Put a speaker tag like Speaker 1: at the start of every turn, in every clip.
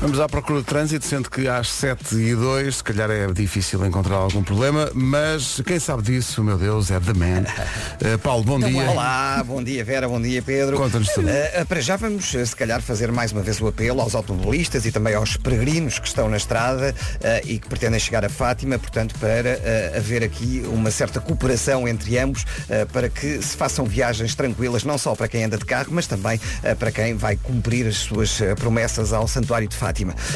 Speaker 1: Vamos à procura de trânsito, sendo que às 7 e 2 se calhar é difícil encontrar algum problema, mas quem sabe disso, meu Deus, é The Man. Eh, Paulo,
Speaker 2: Então
Speaker 1: bom dia.
Speaker 3: Então, Olá, bom dia Vera, bom dia Pedro.
Speaker 1: Conta-nos tudo.
Speaker 3: Eh, para já vamos, eh, se calhar, fazer mais uma vez o apelo aos automobilistas e também aos peregrinos que estão na estrada eh, e que pretendem chegar a Fátima, portanto, para eh, haver aqui uma certa cooperação entre ambos eh, para que se façam viagens tranquilas, não só para quem anda de carro, mas também eh, para quem vai cumprir as suas eh, promessas ao Santuário de Fátima.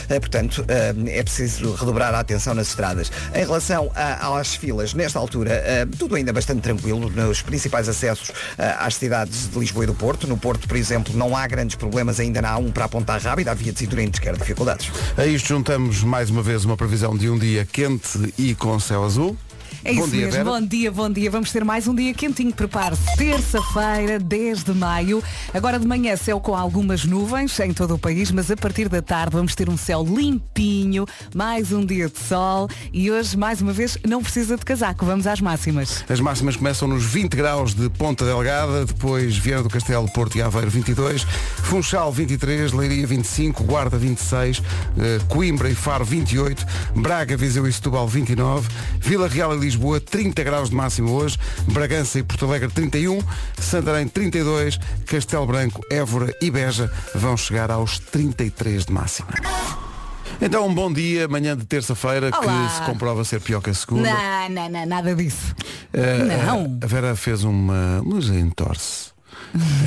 Speaker 3: Eh, portanto, eh, é preciso redobrar a atenção nas estradas. Em relação a- às filas, nesta altura, eh, tudo ainda bastante tranquilo nos principais acessos eh, às cidades de Lisboa e do Porto. No Porto, por exemplo, não há grandes problemas ainda na A1 para apontar rápido, há via de cintura entre quer dificuldades.
Speaker 1: A isto juntamos mais uma vez uma previsão de um dia quente e com céu azul.
Speaker 2: É
Speaker 1: bom
Speaker 2: isso
Speaker 1: dia,
Speaker 2: mesmo.
Speaker 1: Vera.
Speaker 2: Bom dia, bom dia. Vamos ter mais um dia quentinho. Prepare-se. Terça-feira, 10 de maio. Agora de manhã, céu com algumas nuvens em todo o país, mas a partir da tarde vamos ter um céu limpinho, mais um dia de sol e hoje, mais uma vez, não precisa de casaco. Vamos às máximas.
Speaker 1: As máximas começam nos 20 graus de Ponta Delgada, depois Viana do Castelo, Porto e Aveiro 22, Funchal 23, Leiria 25, Guarda 26, eh, Coimbra e Faro 28, Braga, Viseu e Setúbal 29, Vila Real e Lisboa 30 graus de máximo hoje, Bragança e Porto Alegre 31, Santarém 32, Castelo Branco, Évora e Beja vão chegar aos 33 de máxima. Então, um bom dia, manhã de terça-feira,
Speaker 2: Olá.
Speaker 1: que se comprova ser pior que a segunda.
Speaker 2: Não, não, não, nada disso.
Speaker 1: Eh,
Speaker 2: Não.
Speaker 1: A Vera fez uma luz em torce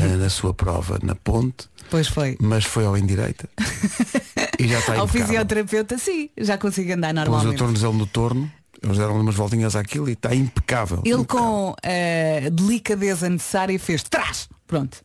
Speaker 1: eh, na sua prova na ponte,
Speaker 2: Pois foi.
Speaker 1: mas foi ao indireita e já está
Speaker 2: Ao
Speaker 1: impecável.
Speaker 2: fisioterapeuta, sim, já consigo andar
Speaker 1: Pôs o
Speaker 2: normalmente.
Speaker 1: tornozelo no torno, eles deram umas voltinhas àquilo e está impecável.
Speaker 2: Ele com a delicadeza necessária fez trás. Pronto.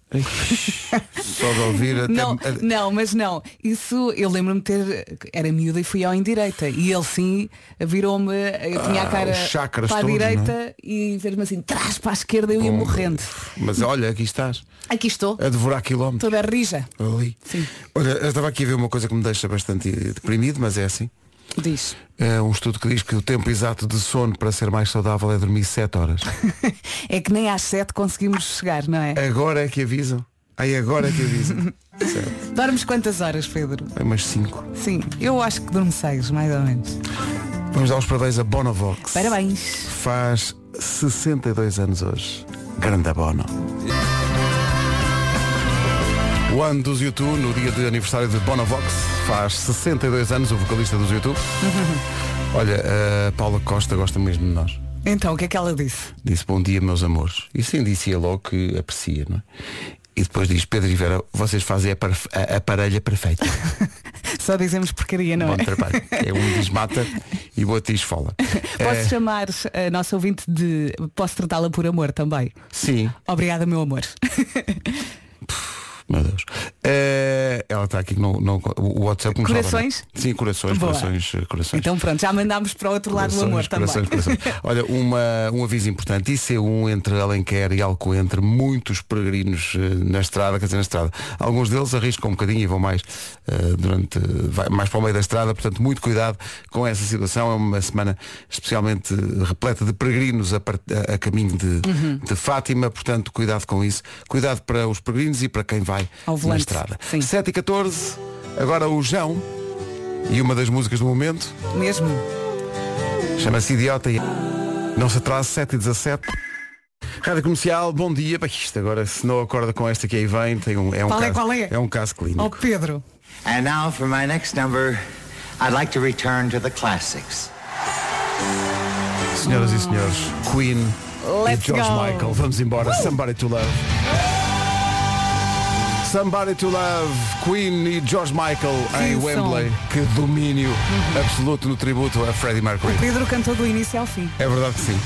Speaker 1: Só de ouvir até...
Speaker 2: Não,
Speaker 1: até-
Speaker 2: não, mas não. Isso eu lembro-me de ter. Era miúda e fui ao indireita. E ele sim virou-me, eu tinha
Speaker 1: Ah,
Speaker 2: a cara
Speaker 1: os chakras
Speaker 2: para a
Speaker 1: todos,
Speaker 2: direita
Speaker 1: não é?
Speaker 2: e fez-me assim, trás para a esquerda eu ia morrendo.
Speaker 1: Mas olha, aqui estás,
Speaker 2: Aqui estou,
Speaker 1: a devorar quilómetros.
Speaker 2: toda rija,
Speaker 1: Ali.
Speaker 2: Sim.
Speaker 1: Olha, eu estava aqui a ver uma coisa que me deixa bastante deprimido, mas é assim.
Speaker 2: diz.
Speaker 1: É um estudo que diz que o tempo exato de sono para ser mais saudável é dormir 7 horas.
Speaker 2: É que nem às sete conseguimos chegar, não é?
Speaker 1: Agora é que avisam. Ai, agora é que avisam. certo.
Speaker 2: Dormes quantas horas, Pedro?
Speaker 1: É umas 5.
Speaker 2: Sim, eu acho que durmo seis, mais ou menos.
Speaker 1: Vamos dar os parabéns a Bonovox.
Speaker 2: Parabéns.
Speaker 1: Faz 62 anos hoje. Grande Bono. O ano dos YouTube, no dia de aniversário de Bonovox, faz 62 anos, o vocalista dos YouTube. Olha, a Paula Costa gosta mesmo de nós.
Speaker 2: Então, o que é que ela disse?
Speaker 1: Disse bom dia, meus amores. E sim, dizia logo que aprecia, não é? E depois diz, Pedro e Vera, vocês fazem a, parf- a- a parelha perfeita.
Speaker 2: Só dizemos porcaria, não
Speaker 1: Bom
Speaker 2: é?
Speaker 1: trabalho. É um desmata e o outro É, desfola.
Speaker 2: Posso chamar a nossa ouvinte de. Posso tratá-la por amor também.
Speaker 1: Sim.
Speaker 2: Obrigada, meu amor.
Speaker 1: Meu Deus. Eh, ela está aqui que não, não, o WhatsApp como
Speaker 2: Corações?
Speaker 1: sabe, não é? Sim, corações,
Speaker 2: Boa.
Speaker 1: corações, eh, corações.
Speaker 2: Então pronto, já mandámos para o outro lado do amor
Speaker 1: corações,
Speaker 2: também.
Speaker 1: corações. Olha, uma, um aviso importante. IC1 entre Alenquer e Alcoentre, muitos peregrinos eh, na estrada, quer dizer, na estrada. Alguns deles arriscam um bocadinho e vão mais eh, durante, vai mais para o meio da estrada, portanto, muito cuidado com essa situação. É uma semana especialmente repleta de peregrinos a, par- a- a caminho de,
Speaker 2: Uhum.
Speaker 1: de Fátima, portanto, cuidado com isso. Cuidado para os peregrinos e para quem vai
Speaker 2: Ao
Speaker 1: na
Speaker 2: volante,
Speaker 1: estrada.
Speaker 2: sim.
Speaker 1: 7 e 14 agora o João e uma das músicas do momento.
Speaker 2: Mesmo.
Speaker 1: Chama-se Idiota e... Não se atrase, 7 e 17 Rádio Comercial, bom dia. Bem, isto agora, se não acorda com esta que aí vem, tem um, é, um
Speaker 2: Qual é,
Speaker 1: caso,
Speaker 2: qual é?
Speaker 1: um caso clínico.
Speaker 2: Ó Pedro.
Speaker 4: And now for my next number, I'd like to return to the classics.
Speaker 1: Senhoras e senhores, Queen
Speaker 2: Let's
Speaker 1: e George
Speaker 2: go. Uh!
Speaker 1: Michael, vamos embora. Somebody to Love. Somebody to Love, Queen e George Michael em
Speaker 2: Que som. Uhum.
Speaker 1: Wembley. Que domínio absoluto no tributo a Freddie Mercury.
Speaker 2: Pedro cantou do início ao fim.
Speaker 1: É verdade que sim.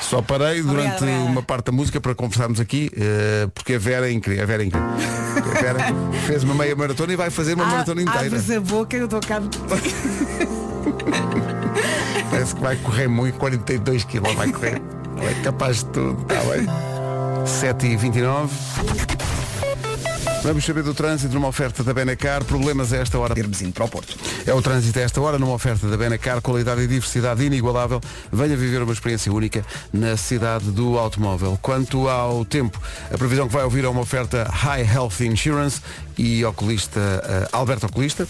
Speaker 1: Só parei durante
Speaker 2: obrigada.
Speaker 1: uma parte da música para conversarmos aqui, eh, porque a Vera é incrível. A Vera é incrível. A Vera fez uma meia maratona e vai fazer uma maratona
Speaker 2: Ah,
Speaker 1: inteira.
Speaker 2: Abres a boca, eu estou cá.
Speaker 1: Parece que vai correr muito, 42 kg vai correr. Ela tá é capaz de tudo, está bem? 7h29. Vamos saber do trânsito numa oferta da Benacar. Problemas a esta hora.
Speaker 3: Hermesinho para o Porto.
Speaker 1: É o trânsito a esta hora numa oferta da Benacar. Qualidade e diversidade inigualável. Venha viver uma experiência única na cidade do automóvel. Quanto ao tempo, a previsão que vai ouvir é uma oferta High Health Insurance e oculista eh, Alberto Oculista.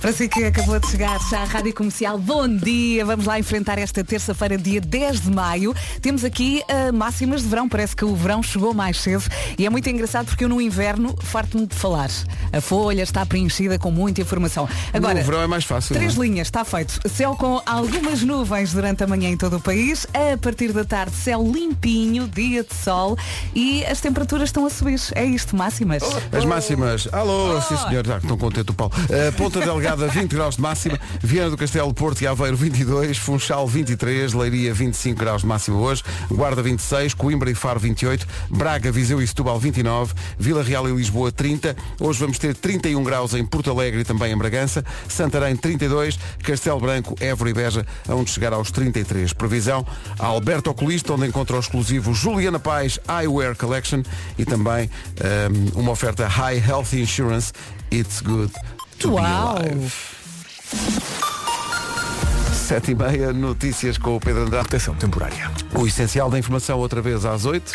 Speaker 2: Para si que acabou de chegar já à Rádio Comercial, bom dia! Vamos lá enfrentar esta terça-feira, dia 10 de maio. Temos aqui ah, máximas de verão, parece que o verão chegou mais cedo e é muito engraçado porque eu no inverno farto-me de falar. A folha está preenchida com muita informação. Agora,
Speaker 1: o verão é mais fácil.
Speaker 2: Três
Speaker 1: não é?
Speaker 2: linhas, está feito. Céu com algumas nuvens durante a manhã em todo o país. A partir da tarde, céu limpinho, dia de sol e as temperaturas estão a subir. É isto, máximas.
Speaker 1: As máximas. Alô,
Speaker 2: Oh,
Speaker 1: sim senhor, já estou contente o Paulo. Eh, Ponta Delgada, 20 graus de máxima. Viana do Castelo, Porto e Aveiro, 22. Funchal, 23. Leiria, 25 graus de máxima hoje. Guarda, 26. Coimbra e Faro, 28. Braga, Viseu e Setúbal, 29. Vila Real e Lisboa, 30. Hoje vamos ter 31 graus em Porto Alegre e também em Bragança. Santarém, 32. Castelo Branco, Évora e Beja, onde chegar aos 33. Previsão, Alberto Oculista, onde encontra o exclusivo Juliana Paz Eyewear Collection e também um, uma oferta High Health Insurance. It's good to
Speaker 2: Uau!
Speaker 1: be alive. Sete e meia, notícias com o Pedro Andrade.
Speaker 5: Atenção temporária.
Speaker 1: O essencial da informação outra vez às oito.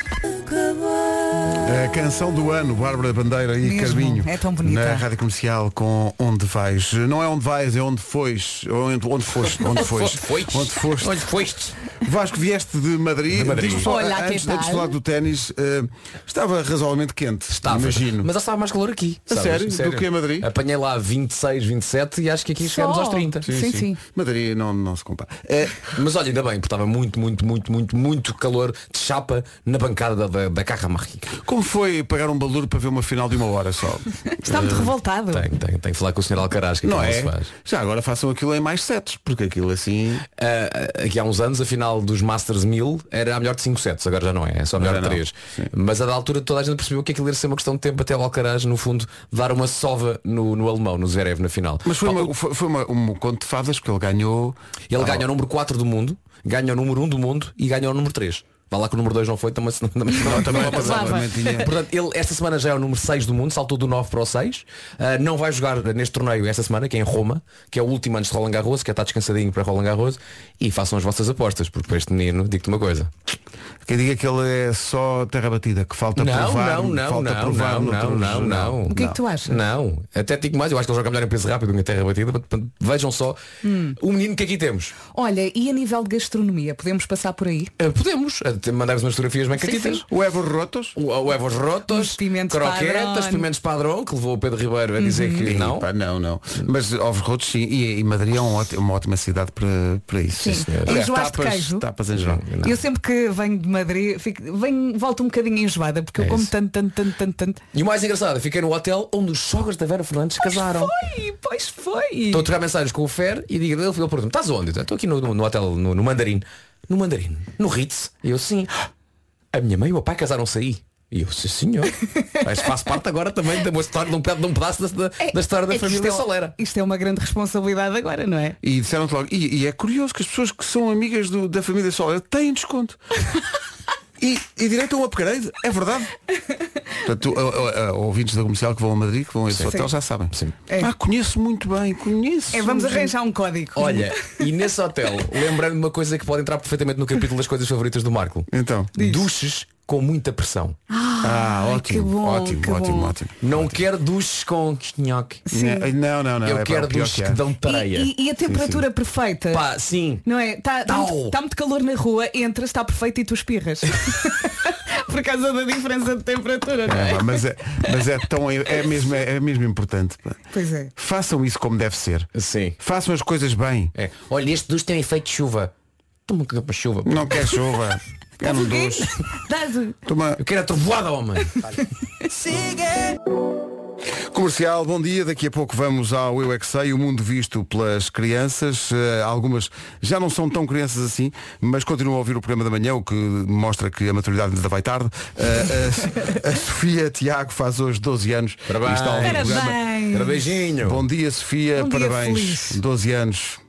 Speaker 1: A canção do ano, Bárbara Bandeira e
Speaker 2: Mesmo,
Speaker 1: Carminho.
Speaker 2: é tão bonita.
Speaker 1: Na rádio comercial com Onde Vais. Não é Onde Vais, é Onde Fois. Onde, onde foste. Onde foste. Onde foste.
Speaker 5: Onde foste?
Speaker 1: Vasco, vieste de Madrid.
Speaker 5: De Madrid.
Speaker 1: Diz-me só,
Speaker 2: Olá, que
Speaker 1: antes,
Speaker 2: tal?
Speaker 1: antes de falar do ténis, eh, estava razoavelmente quente.
Speaker 6: Estava.
Speaker 1: Imagino.
Speaker 6: Mas já estava mais calor aqui.
Speaker 1: A sério? Do que em Madrid?
Speaker 6: Apanhei lá 26, 27 e acho que aqui chegamos
Speaker 2: Só.
Speaker 6: aos 30.
Speaker 2: Sim, sim.
Speaker 1: Madrid não, não se compara. Eh,
Speaker 6: Mas olha, ainda bem, porque estava muito, muito, muito, muito, muito calor de chapa na bancada da, da, da Carra Marrica.
Speaker 1: como foi pagar um baluro para ver uma final de uma hora só?
Speaker 2: Está muito revoltado.
Speaker 6: Tenho, tenho, tenho que falar com o Sr. Alcaraz, que
Speaker 1: não
Speaker 6: aquilo
Speaker 1: é?
Speaker 6: Então se faz.
Speaker 1: Já agora façam aquilo em mais sets, porque aquilo assim.
Speaker 6: Ah, ah, aqui há uns anos, a final dos Masters 1000 era a melhor de 5 sets, agora já não é, é só a melhor
Speaker 1: Agora
Speaker 6: de
Speaker 1: não.
Speaker 6: 3.
Speaker 1: Sim.
Speaker 6: Mas a da altura toda a gente percebeu que aquilo ia ser uma questão de tempo até o Alcaraz, no fundo, dar uma sova no, no alemão, no Zverev na final.
Speaker 1: Mas foi,
Speaker 6: Pá,
Speaker 1: uma, foi, foi uma- um conto de fadas porque ele ganhou.
Speaker 6: Ele
Speaker 1: Ah,
Speaker 6: ganha o número 4 do mundo, ganha o número 1 do mundo e ganha o número 3. Vá lá que o número 2 não foi, também se não, também não,
Speaker 1: também
Speaker 6: não
Speaker 1: Ah, não
Speaker 6: passava.
Speaker 1: passava, também tinha.
Speaker 6: Portanto, ele esta semana já é o número 6 do mundo, saltou do 9 para o 6. Ah, não vai jogar neste torneio esta semana, que é em Roma, que é o último antes de Roland Garros, que é está descansadinho para Roland Garros. E façam as vossas apostas, porque para este menino, digo-te uma coisa.
Speaker 1: Quem diga que ele é só terra batida, que falta
Speaker 6: Não,
Speaker 1: provar.
Speaker 6: não, não,
Speaker 1: falta
Speaker 6: não,
Speaker 1: provar
Speaker 6: não, não,
Speaker 1: noutros-
Speaker 6: não, não.
Speaker 2: O que é que tu achas?
Speaker 6: Não, até digo mais, eu acho que ele joga melhor em peso rápido, em terra batida, portanto, vejam só
Speaker 2: Hum.
Speaker 6: o menino que aqui temos.
Speaker 2: Olha, e a nível de gastronomia, podemos passar por aí?
Speaker 6: Ah, Podemos, ah, mandar-vos umas fotografias bem
Speaker 2: Sim,
Speaker 6: catitas.
Speaker 2: sim.
Speaker 1: O Evo Rotos?
Speaker 6: O- o Evos
Speaker 2: Os
Speaker 6: rotos,
Speaker 2: pimentos
Speaker 6: croquetas,
Speaker 2: padrão. Uhum.
Speaker 6: pimentos padrão, que levou o Pedro Ribeiro a dizer que não.
Speaker 1: Epá, não, não. Mas Ovos Rotos sim, e, e Madrid é um ótimo- uma ótima cidade para, para isso.
Speaker 2: Sim. E
Speaker 1: Aliás,
Speaker 2: enjoaste de
Speaker 1: tapas,
Speaker 2: queijo?
Speaker 1: tapas em geral.
Speaker 2: Eu sempre que venho de Madrid, fico, venho, volto um bocadinho enjoada, porque eu como
Speaker 6: isso.
Speaker 2: tanto, tanto, tanto, tanto, tanto.
Speaker 6: E o mais engraçado, eu fiquei no hotel onde os sogros da Vera Fernandes casaram.
Speaker 2: Foi, pois foi.
Speaker 6: Estou a trocar mensagens com o Fer e digo, ele ele pergunta-me, estás onde? Eu Estou aqui no, no- no hotel, no, no Mandarim. No Mandarim, no Ritz. E eu sim. A minha mãe e o meu pai casaram-se aí. E eu, sim senhor. Mas faço parte agora também da uma história, de um pedaço, de um pedaço da, da- da história da
Speaker 2: É que
Speaker 6: família
Speaker 2: isto é,
Speaker 6: Solera.
Speaker 2: Isto é uma grande responsabilidade agora, não é?
Speaker 1: E disseram-te logo, e, e é curioso que as pessoas que são amigas do- da família Soler têm desconto. E, e direito a um upgrade, é verdade. Portanto, a- a- a- ouvintes da comercial que vão a Madrid, que vão a esse hotel, já sabem.
Speaker 6: Sim.
Speaker 2: É.
Speaker 1: Ah, conheço muito bem, conheço.
Speaker 2: É, vamos
Speaker 1: muito
Speaker 2: arranjar um código.
Speaker 6: Olha, e nesse hotel, lembrei-me de uma coisa que pode entrar perfeitamente no capítulo das coisas favoritas do Marco.
Speaker 1: bem. Então.
Speaker 6: Duches com muita pressão.
Speaker 1: Ah, ótimo,
Speaker 2: que bom,
Speaker 1: ótimo,
Speaker 2: que
Speaker 1: ótimo,
Speaker 2: bom.
Speaker 1: ótimo.
Speaker 6: Não quero duches com chinhoque.
Speaker 1: Não, não, não.
Speaker 6: Eu
Speaker 1: é pá,
Speaker 6: quero
Speaker 1: o pior
Speaker 6: duches que,
Speaker 1: há.
Speaker 6: dão
Speaker 2: e,
Speaker 6: tareia.
Speaker 2: e- e a temperatura perfeita.
Speaker 6: Pá, sim.
Speaker 2: Não é? Está
Speaker 6: Tau.
Speaker 2: muito, tá muito calor na rua, entras, está perfeito e tu espirras. Por causa da diferença de temperatura, não é?
Speaker 1: É, pá, mas, é, mas é tão é mesmo, é mesmo importante. pá.
Speaker 2: Pois é.
Speaker 1: Façam isso como deve ser.
Speaker 6: Sim.
Speaker 1: Façam as coisas bem.
Speaker 6: É. Olha, este duche tem efeito de chuva. Toma que para chuva.
Speaker 1: Não quer chuva. Quer um duche.
Speaker 2: Dás o-
Speaker 1: Toma.
Speaker 6: Eu quero a trovoada, homem.
Speaker 1: Comercial, bom dia. Daqui a pouco vamos ao Eu é Que Sei, o mundo visto pelas crianças. Eh, algumas já não são tão crianças assim, mas continuam a ouvir o programa da manhã, o que mostra que a maturidade ainda vai tarde. Eh, a, a Sofia Tiago faz hoje 12 anos. e
Speaker 6: Parabéns.
Speaker 1: está a ouvir o
Speaker 2: Parabéns.
Speaker 1: programa.
Speaker 6: Beijinho.
Speaker 1: Bom dia, Sofia.
Speaker 2: Bom dia,
Speaker 1: Parabéns.
Speaker 2: feliz.
Speaker 1: 12 anos.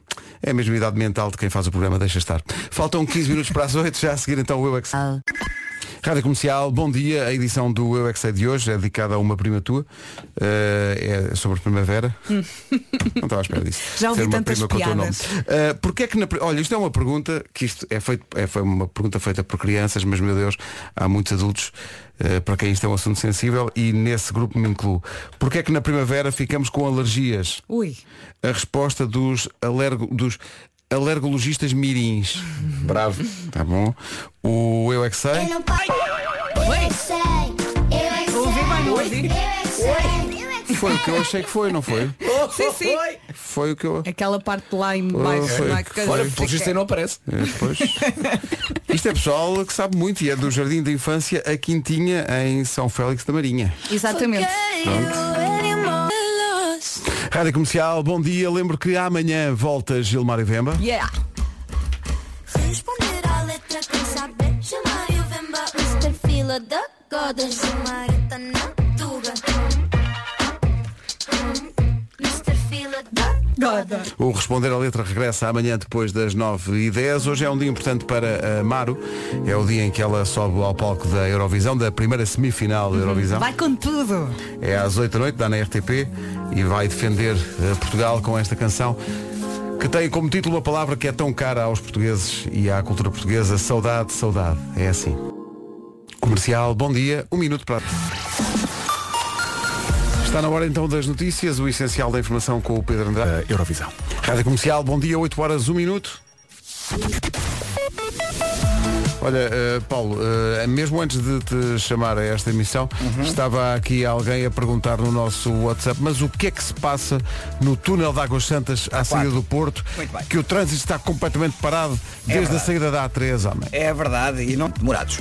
Speaker 1: É a mesma idade mental de quem faz o programa, deixa estar. Faltam 15 minutos para as 8, já a seguir então o Eu é que Sei. Rádio Comercial, bom dia. A edição do Eu é Que Sei de hoje é dedicada a uma prima tua. Eh, é sobre primavera. Não estava à espera disso.
Speaker 2: Já ouvi
Speaker 1: Ter uma
Speaker 2: tantas
Speaker 1: prima com o teu
Speaker 2: piadas.
Speaker 1: nome. Uh, porque é que na, pri- olha, isto é uma pergunta que isto é feito, é, foi uma pergunta feita por crianças, mas meu Deus, há muitos adultos uh, para quem isto é um assunto sensível e nesse grupo me incluo. Porque é que na primavera ficamos com alergias?
Speaker 2: Ui,
Speaker 1: A resposta dos, alergo, dos alergologistas mirins. Bravo. Tá bom. O Eu É Que Sei.
Speaker 5: não posso. Eu é que sei. Eu é que sei.
Speaker 2: ouvi bem, não ouvi?
Speaker 5: Eu é que sei. Eu é que sei.
Speaker 1: Foi o que eu achei que foi, não foi?
Speaker 2: Sim, sim.
Speaker 1: Foi o que eu.
Speaker 2: Aquela parte lá em baixo.
Speaker 1: foi.
Speaker 2: não é? Que
Speaker 1: Olha,
Speaker 6: Olha,
Speaker 2: fica-
Speaker 6: pelo visto aí não aparece.
Speaker 1: É, pois. Isto é pessoal que sabe muito e é do Jardim de Infância a Quintinha em São Félix da Marinha.
Speaker 2: Exatamente.
Speaker 1: Rádio Comercial, bom dia. Lembro que amanhã volta Gilmar e Vemba.
Speaker 2: Yeah.
Speaker 5: Responder à letra quem sabe chamar e o Vemba. Mr. Fila da Goda, Zumareta na Tuga. Mr. Fila da
Speaker 2: Goda.
Speaker 1: O Responder à Letra regressa amanhã depois das 9h10. Hoje é um dia importante para a Maro. É o dia em que ela sobe ao palco da Eurovisão, da primeira semifinal da Eurovisão.
Speaker 2: Vai com tudo.
Speaker 1: É às 8 da noite, dá na RTP e vai defender eh, Portugal com esta canção que tem como título uma palavra que é tão cara aos portugueses e à cultura portuguesa, saudade, saudade. É assim. Comercial, bom dia, um minuto para. Está na hora então das notícias, o essencial da informação com o Pedro Andrade.
Speaker 7: Eurovisão.
Speaker 1: Rádio Comercial, bom dia, 8 horas, 1 minuto. Olha, eh, Paulo, eh, mesmo antes de te chamar a esta emissão,
Speaker 3: Uhum.
Speaker 1: estava aqui alguém a perguntar no nosso WhatsApp, mas o que é que se passa no túnel de Águas Santas à saída do Porto,
Speaker 3: Muito bem. É
Speaker 1: que o trânsito está completamente parado desde a
Speaker 3: verdade.
Speaker 1: saída da A3, homem?
Speaker 3: É verdade, e não demorados.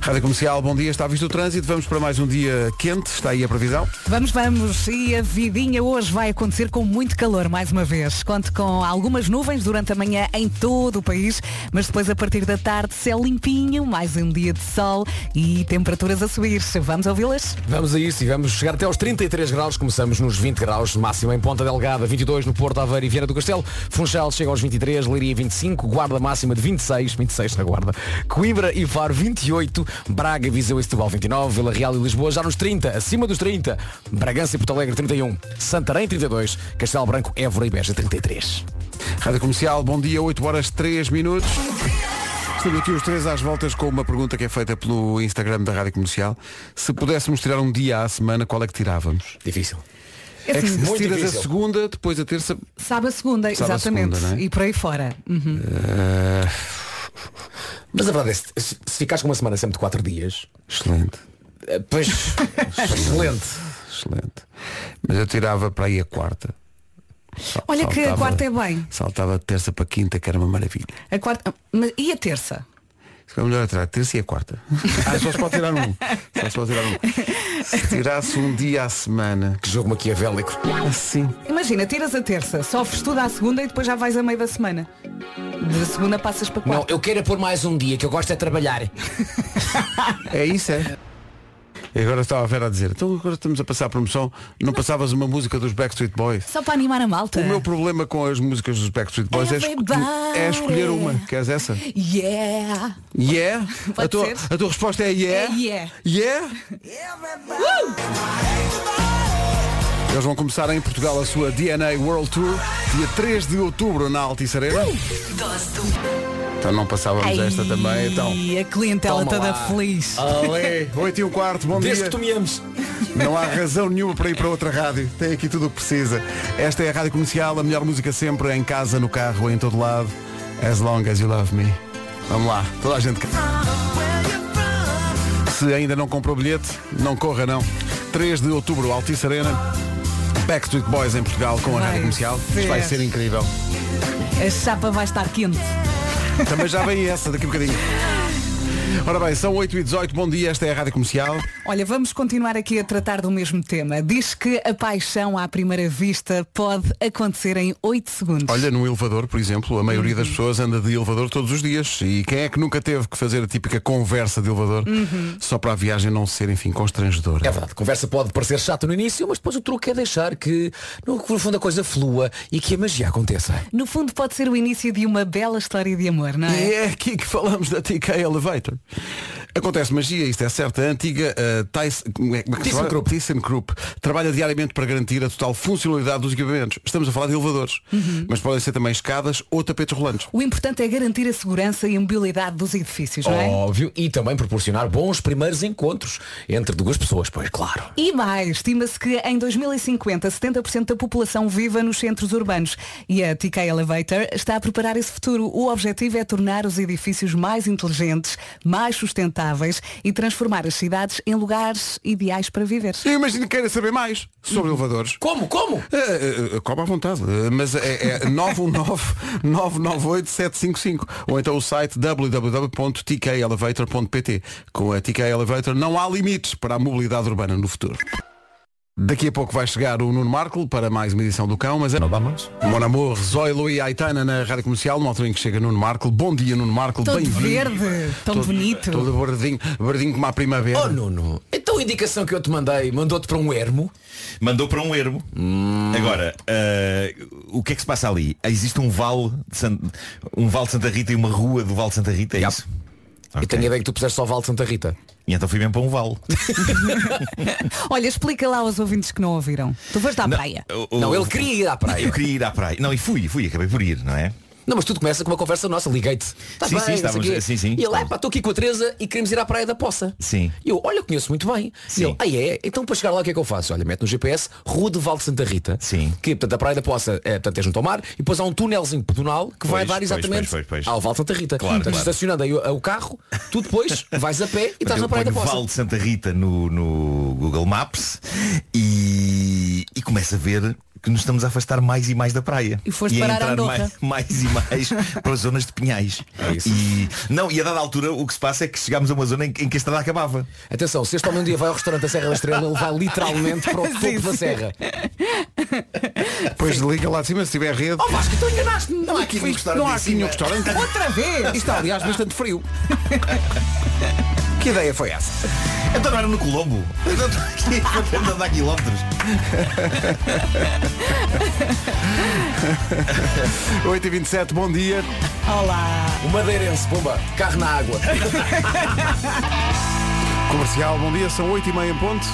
Speaker 1: Rádio Comercial, bom dia, está a visto o trânsito, vamos para mais um dia quente, está aí a previsão.
Speaker 2: Vamos, vamos. E a vidinha hoje vai acontecer com muito calor, mais uma vez. Conto com algumas nuvens durante a manhã em todo o país, mas depois a partir da tarde, céu limpinho, mais um dia de sol e temperaturas a subir. Vamos ouvi-las?
Speaker 6: Vamos a isso e vamos chegar até aos 33 graus. Começamos nos 20 graus de máximo em Ponta Delgada, 22 no Porto Aveiro e Viana do Castelo. Funchal chega aos 23, Leiria 25, Guarda máxima de 26, 26 na Guarda. Coimbra e Faro 28, Braga, Viseu e Setúbal 29, Vila Real e Lisboa já nos 30, acima dos 30, Bragança e Porto Alegre 31, Santarém 32, Castelo Branco, Évora e Beja 33.
Speaker 1: Rádio Comercial, bom dia, 8 horas 3 minutos. Estamos aqui os três às voltas com uma pergunta que é feita pelo Instagram da Rádio Comercial. Se pudéssemos tirar um dia à semana, qual é que tirávamos?
Speaker 6: Difícil.
Speaker 2: É
Speaker 1: é que
Speaker 2: assim,
Speaker 1: se
Speaker 6: muito
Speaker 1: tiras
Speaker 6: difícil.
Speaker 1: a segunda, depois a terça.
Speaker 2: sabe a segunda,
Speaker 1: Sabe a
Speaker 2: exatamente.
Speaker 1: segunda, não é?
Speaker 2: E por aí fora. Uhum.
Speaker 1: eh,
Speaker 6: Mas a verdade é, se, se se ficares com uma semana sempre de 4 dias,
Speaker 1: excelente,
Speaker 6: eh, pois, excelente.
Speaker 1: excelente. Mas eu tirava para aí a quarta. Sa-
Speaker 2: Olha que a
Speaker 1: saltava-
Speaker 2: quarta é bem.
Speaker 1: Saltava de terça para quinta, que era uma maravilha.
Speaker 2: A quarta... mas- E a terça?
Speaker 1: Se calhar é melhor tirar a terça e a quarta. Ah, só se pode tirar um. Só se pode tirar um. Se tirasse um dia à semana,
Speaker 6: Que jogo maquiavélico.
Speaker 1: assim.
Speaker 2: Imagina, tiras a terça, sofres tudo à segunda e depois já vais a meio da semana. Da segunda passas para
Speaker 6: Não,
Speaker 2: quarta.
Speaker 6: eu quero é pôr mais um dia, que eu gosto é trabalhar.
Speaker 1: É isso, é. E agora estava a Vera a dizer, então agora estamos a passar a promoção, não passavas uma música dos Backstreet Boys?
Speaker 2: Só para animar a malta.
Speaker 1: O meu problema com as músicas dos Backstreet Boys é, esco-
Speaker 2: Everybody.
Speaker 1: é escolher uma. Queres essa?
Speaker 2: Yeah!
Speaker 1: Yeah?
Speaker 2: Pode
Speaker 1: A tua,
Speaker 2: ser?
Speaker 1: a tua resposta é yeah?
Speaker 2: É yeah. Uh!
Speaker 1: Yeah? Eles vão começar em Portugal a sua DNA World Tour, dia 3 de outubro na Altice Arena.
Speaker 2: Uh!
Speaker 1: Então não passávamos esta também, então.
Speaker 2: E a clientela
Speaker 6: Toma
Speaker 2: toda
Speaker 6: lá.
Speaker 2: feliz.
Speaker 1: 8 e um quarto, bom
Speaker 6: Desde
Speaker 1: dia.
Speaker 6: que tu me ames.
Speaker 1: Não há razão nenhuma para ir para outra rádio. Tem aqui tudo o que precisa. Esta é a Rádio Comercial, a melhor música sempre, em casa, no carro, em todo lado. As long as you love me. Vamos lá, toda a gente. Se ainda não comprou bilhete, não corra não. 3 de outubro, Altice Arena. Backstreet Boys em Portugal com a
Speaker 2: Vai
Speaker 1: Rádio Comercial. Isto vai
Speaker 2: ser.
Speaker 1: ser incrível.
Speaker 2: A chapa vai estar quente.
Speaker 1: Também já vem essa daqui a bocadinho. Ora bem, são 8 e 18 bom dia, esta é a Rádio Comercial.
Speaker 2: Olha, vamos continuar aqui a tratar do mesmo tema. Diz que a paixão à primeira vista pode acontecer em 8 segundos.
Speaker 1: Olha, num elevador, por exemplo, a maioria
Speaker 2: Uhum.
Speaker 1: das pessoas anda de elevador todos os dias. E quem é que nunca teve que fazer a típica conversa de elevador
Speaker 2: Uhum.
Speaker 1: só para a viagem não ser, enfim, constrangedora?
Speaker 6: É verdade, conversa pode parecer chato no início, mas depois o truque é deixar que, no fundo, a coisa flua e que a magia aconteça.
Speaker 2: No fundo pode ser o início de uma bela história de amor, não é?
Speaker 1: E é aqui que falamos da TK Elevator. Acontece magia, isto é certo. A antiga eh, Thys- como é- como é que se fala?
Speaker 6: ThyssenKrupp.
Speaker 1: ThyssenKrupp trabalha diariamente para garantir a total funcionalidade dos equipamentos. Estamos a falar de elevadores,
Speaker 2: Uhum.
Speaker 1: mas podem ser também escadas ou tapetes rolantes.
Speaker 2: O importante é garantir a segurança e a mobilidade dos edifícios, não é?
Speaker 6: Óbvio, e também proporcionar bons primeiros encontros entre duas pessoas, pois claro.
Speaker 2: E mais, estima-se que em 2050 70% da população viva nos centros urbanos e a TK Elevator está a preparar esse futuro. O objetivo é tornar os edifícios mais inteligentes, mais sustentáveis e transformar as cidades em lugares ideais para viver.
Speaker 1: Eu imagino que queira saber mais sobre
Speaker 2: Uhum.
Speaker 1: elevadores.
Speaker 6: Como? Como?
Speaker 1: Eh, eh, eh, Cobra à vontade, eh, mas é, é 919-998-755 ou então o site www.tkelevator.pt Com a TK Elevator não há limites para a mobilidade urbana no futuro. Daqui a pouco vai chegar o Nuno Marco para mais uma edição do Cão, mas é... Não dá mais. Mon Amor, Zoilo e Aitana na Rádio Comercial, numa altura em que chega Nuno Marco. Bom dia, Nuno Marco.
Speaker 2: Todo
Speaker 1: Bem-vindo.
Speaker 2: verde, tão
Speaker 1: Todo-
Speaker 2: bonito.
Speaker 1: Todo verdinho, verdinho como a primavera.
Speaker 6: Oh Nuno, então a indicação que eu te mandei mandou-te para um ermo?
Speaker 7: Mandou para um ermo.
Speaker 6: Hum.
Speaker 7: Agora, eh, o que é que se passa ali? Existe um vale de San- um vale de Santa Rita e uma rua do vale de Santa Rita, é
Speaker 6: Yep.
Speaker 7: isso?
Speaker 6: Eu
Speaker 7: Ok.
Speaker 6: tenho a ideia que tu puseste só Val de Santa Rita.
Speaker 7: E então fui mesmo para um vale.
Speaker 2: Olha, explica lá aos ouvintes que não ouviram. Tu foste à
Speaker 7: Não,
Speaker 2: praia.
Speaker 7: o- o-
Speaker 6: Não, ele queria ir à praia.
Speaker 7: Eu queria ir à praia. Não, e fui, fui, acabei por ir, não é?
Speaker 6: Não, mas tudo começa com uma conversa nossa, liguei-te. Tá
Speaker 7: Sim,
Speaker 6: bem,
Speaker 7: sim,
Speaker 6: não sei
Speaker 7: estávamos-
Speaker 6: quê.
Speaker 7: sim, sim.
Speaker 6: E ele, "Ah, pá, estou aqui com a Teresa e queremos ir à Praia da Poça.
Speaker 7: Sim.
Speaker 6: E eu, olha, eu conheço muito bem.
Speaker 7: Sim.
Speaker 6: E ele, ah é? Então para chegar lá o que é que eu faço? Olha, mete no GPS, Rua de Val de Santa Rita.
Speaker 7: Sim.
Speaker 6: Que, portanto, a Praia da Poça é, portanto, é junto ao mar e depois há um tunelzinho pedonal que vai
Speaker 7: Pois,
Speaker 6: dar
Speaker 7: pois,
Speaker 6: exatamente
Speaker 7: pois, pois, pois.
Speaker 6: ao Val de Santa Rita.
Speaker 7: Claro,
Speaker 6: Portanto,
Speaker 7: claro.
Speaker 6: estacionando aí o, o carro, tu depois vais a pé e estás na
Speaker 7: eu
Speaker 6: Praia da
Speaker 7: ponho
Speaker 6: Poça.
Speaker 7: Vale de Santa Rita no, no Google Maps e, e começo a ver que nos estamos a afastar mais e mais da praia.
Speaker 2: E foste
Speaker 7: a
Speaker 2: parar à
Speaker 7: entrar
Speaker 2: Andorra.
Speaker 7: mais, mais e mais para as zonas de pinhais.
Speaker 6: É isso.
Speaker 7: E, não, e a dada altura o que se passa é que chegámos a uma zona em, que- em que a estrada acabava.
Speaker 6: Atenção, se este homem um dia vai ao restaurante da Serra da Estrela, ele vai literalmente para o topo da serra.
Speaker 1: Depois liga lá de cima se tiver rede.
Speaker 6: Oh Vasco, tu enganaste-me.
Speaker 1: não há aqui nenhum restaurante. Não há aqui
Speaker 7: é?
Speaker 1: nenhum restaurante.
Speaker 6: Outra vez!
Speaker 1: Isto está, aliás, bastante frio. que ideia foi essa?
Speaker 7: Então não era no Colombo. Eu não estou aqui a tentar andar quilómetros.
Speaker 1: 8h27, bom dia.
Speaker 6: O madeirense, pumba, carro na água.
Speaker 1: Comercial, bom dia, são 8h30 em ponto.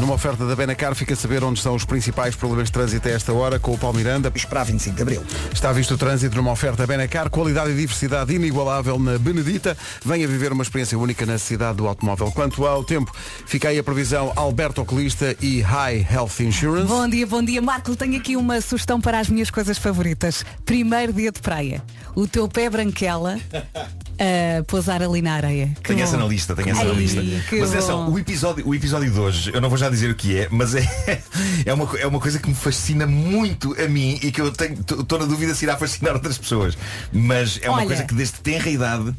Speaker 1: Numa oferta da Benacar, fica a saber onde estão os principais problemas de trânsito a esta hora com o Paulo Miranda.
Speaker 3: Esperar 25 de Abril.
Speaker 1: Está visto o trânsito numa oferta Benacar, qualidade e diversidade inigualável na Benedita. Venha viver uma experiência única na cidade do automóvel. Quanto ao tempo, fica aí a previsão Alberto Oculista e High Health Insurance.
Speaker 2: Bom dia, bom dia. Marco, tenho aqui uma sugestão para as minhas coisas favoritas. Primeiro dia de praia. O teu pé branquela a pousar ali na areia. Que
Speaker 7: Tenho
Speaker 2: bom.
Speaker 7: essa na lista, tenho essa na
Speaker 2: Ai,
Speaker 7: lista.
Speaker 2: que
Speaker 7: Mas
Speaker 2: bom.
Speaker 7: atenção, o episódio, o episódio de hoje, eu não vou já dizer o que é, mas é, é, uma, co- é uma coisa que me fascina muito a mim e que eu estou na dúvida se irá fascinar outras pessoas. Mas é uma
Speaker 2: Olha.
Speaker 7: coisa que desde tenra idade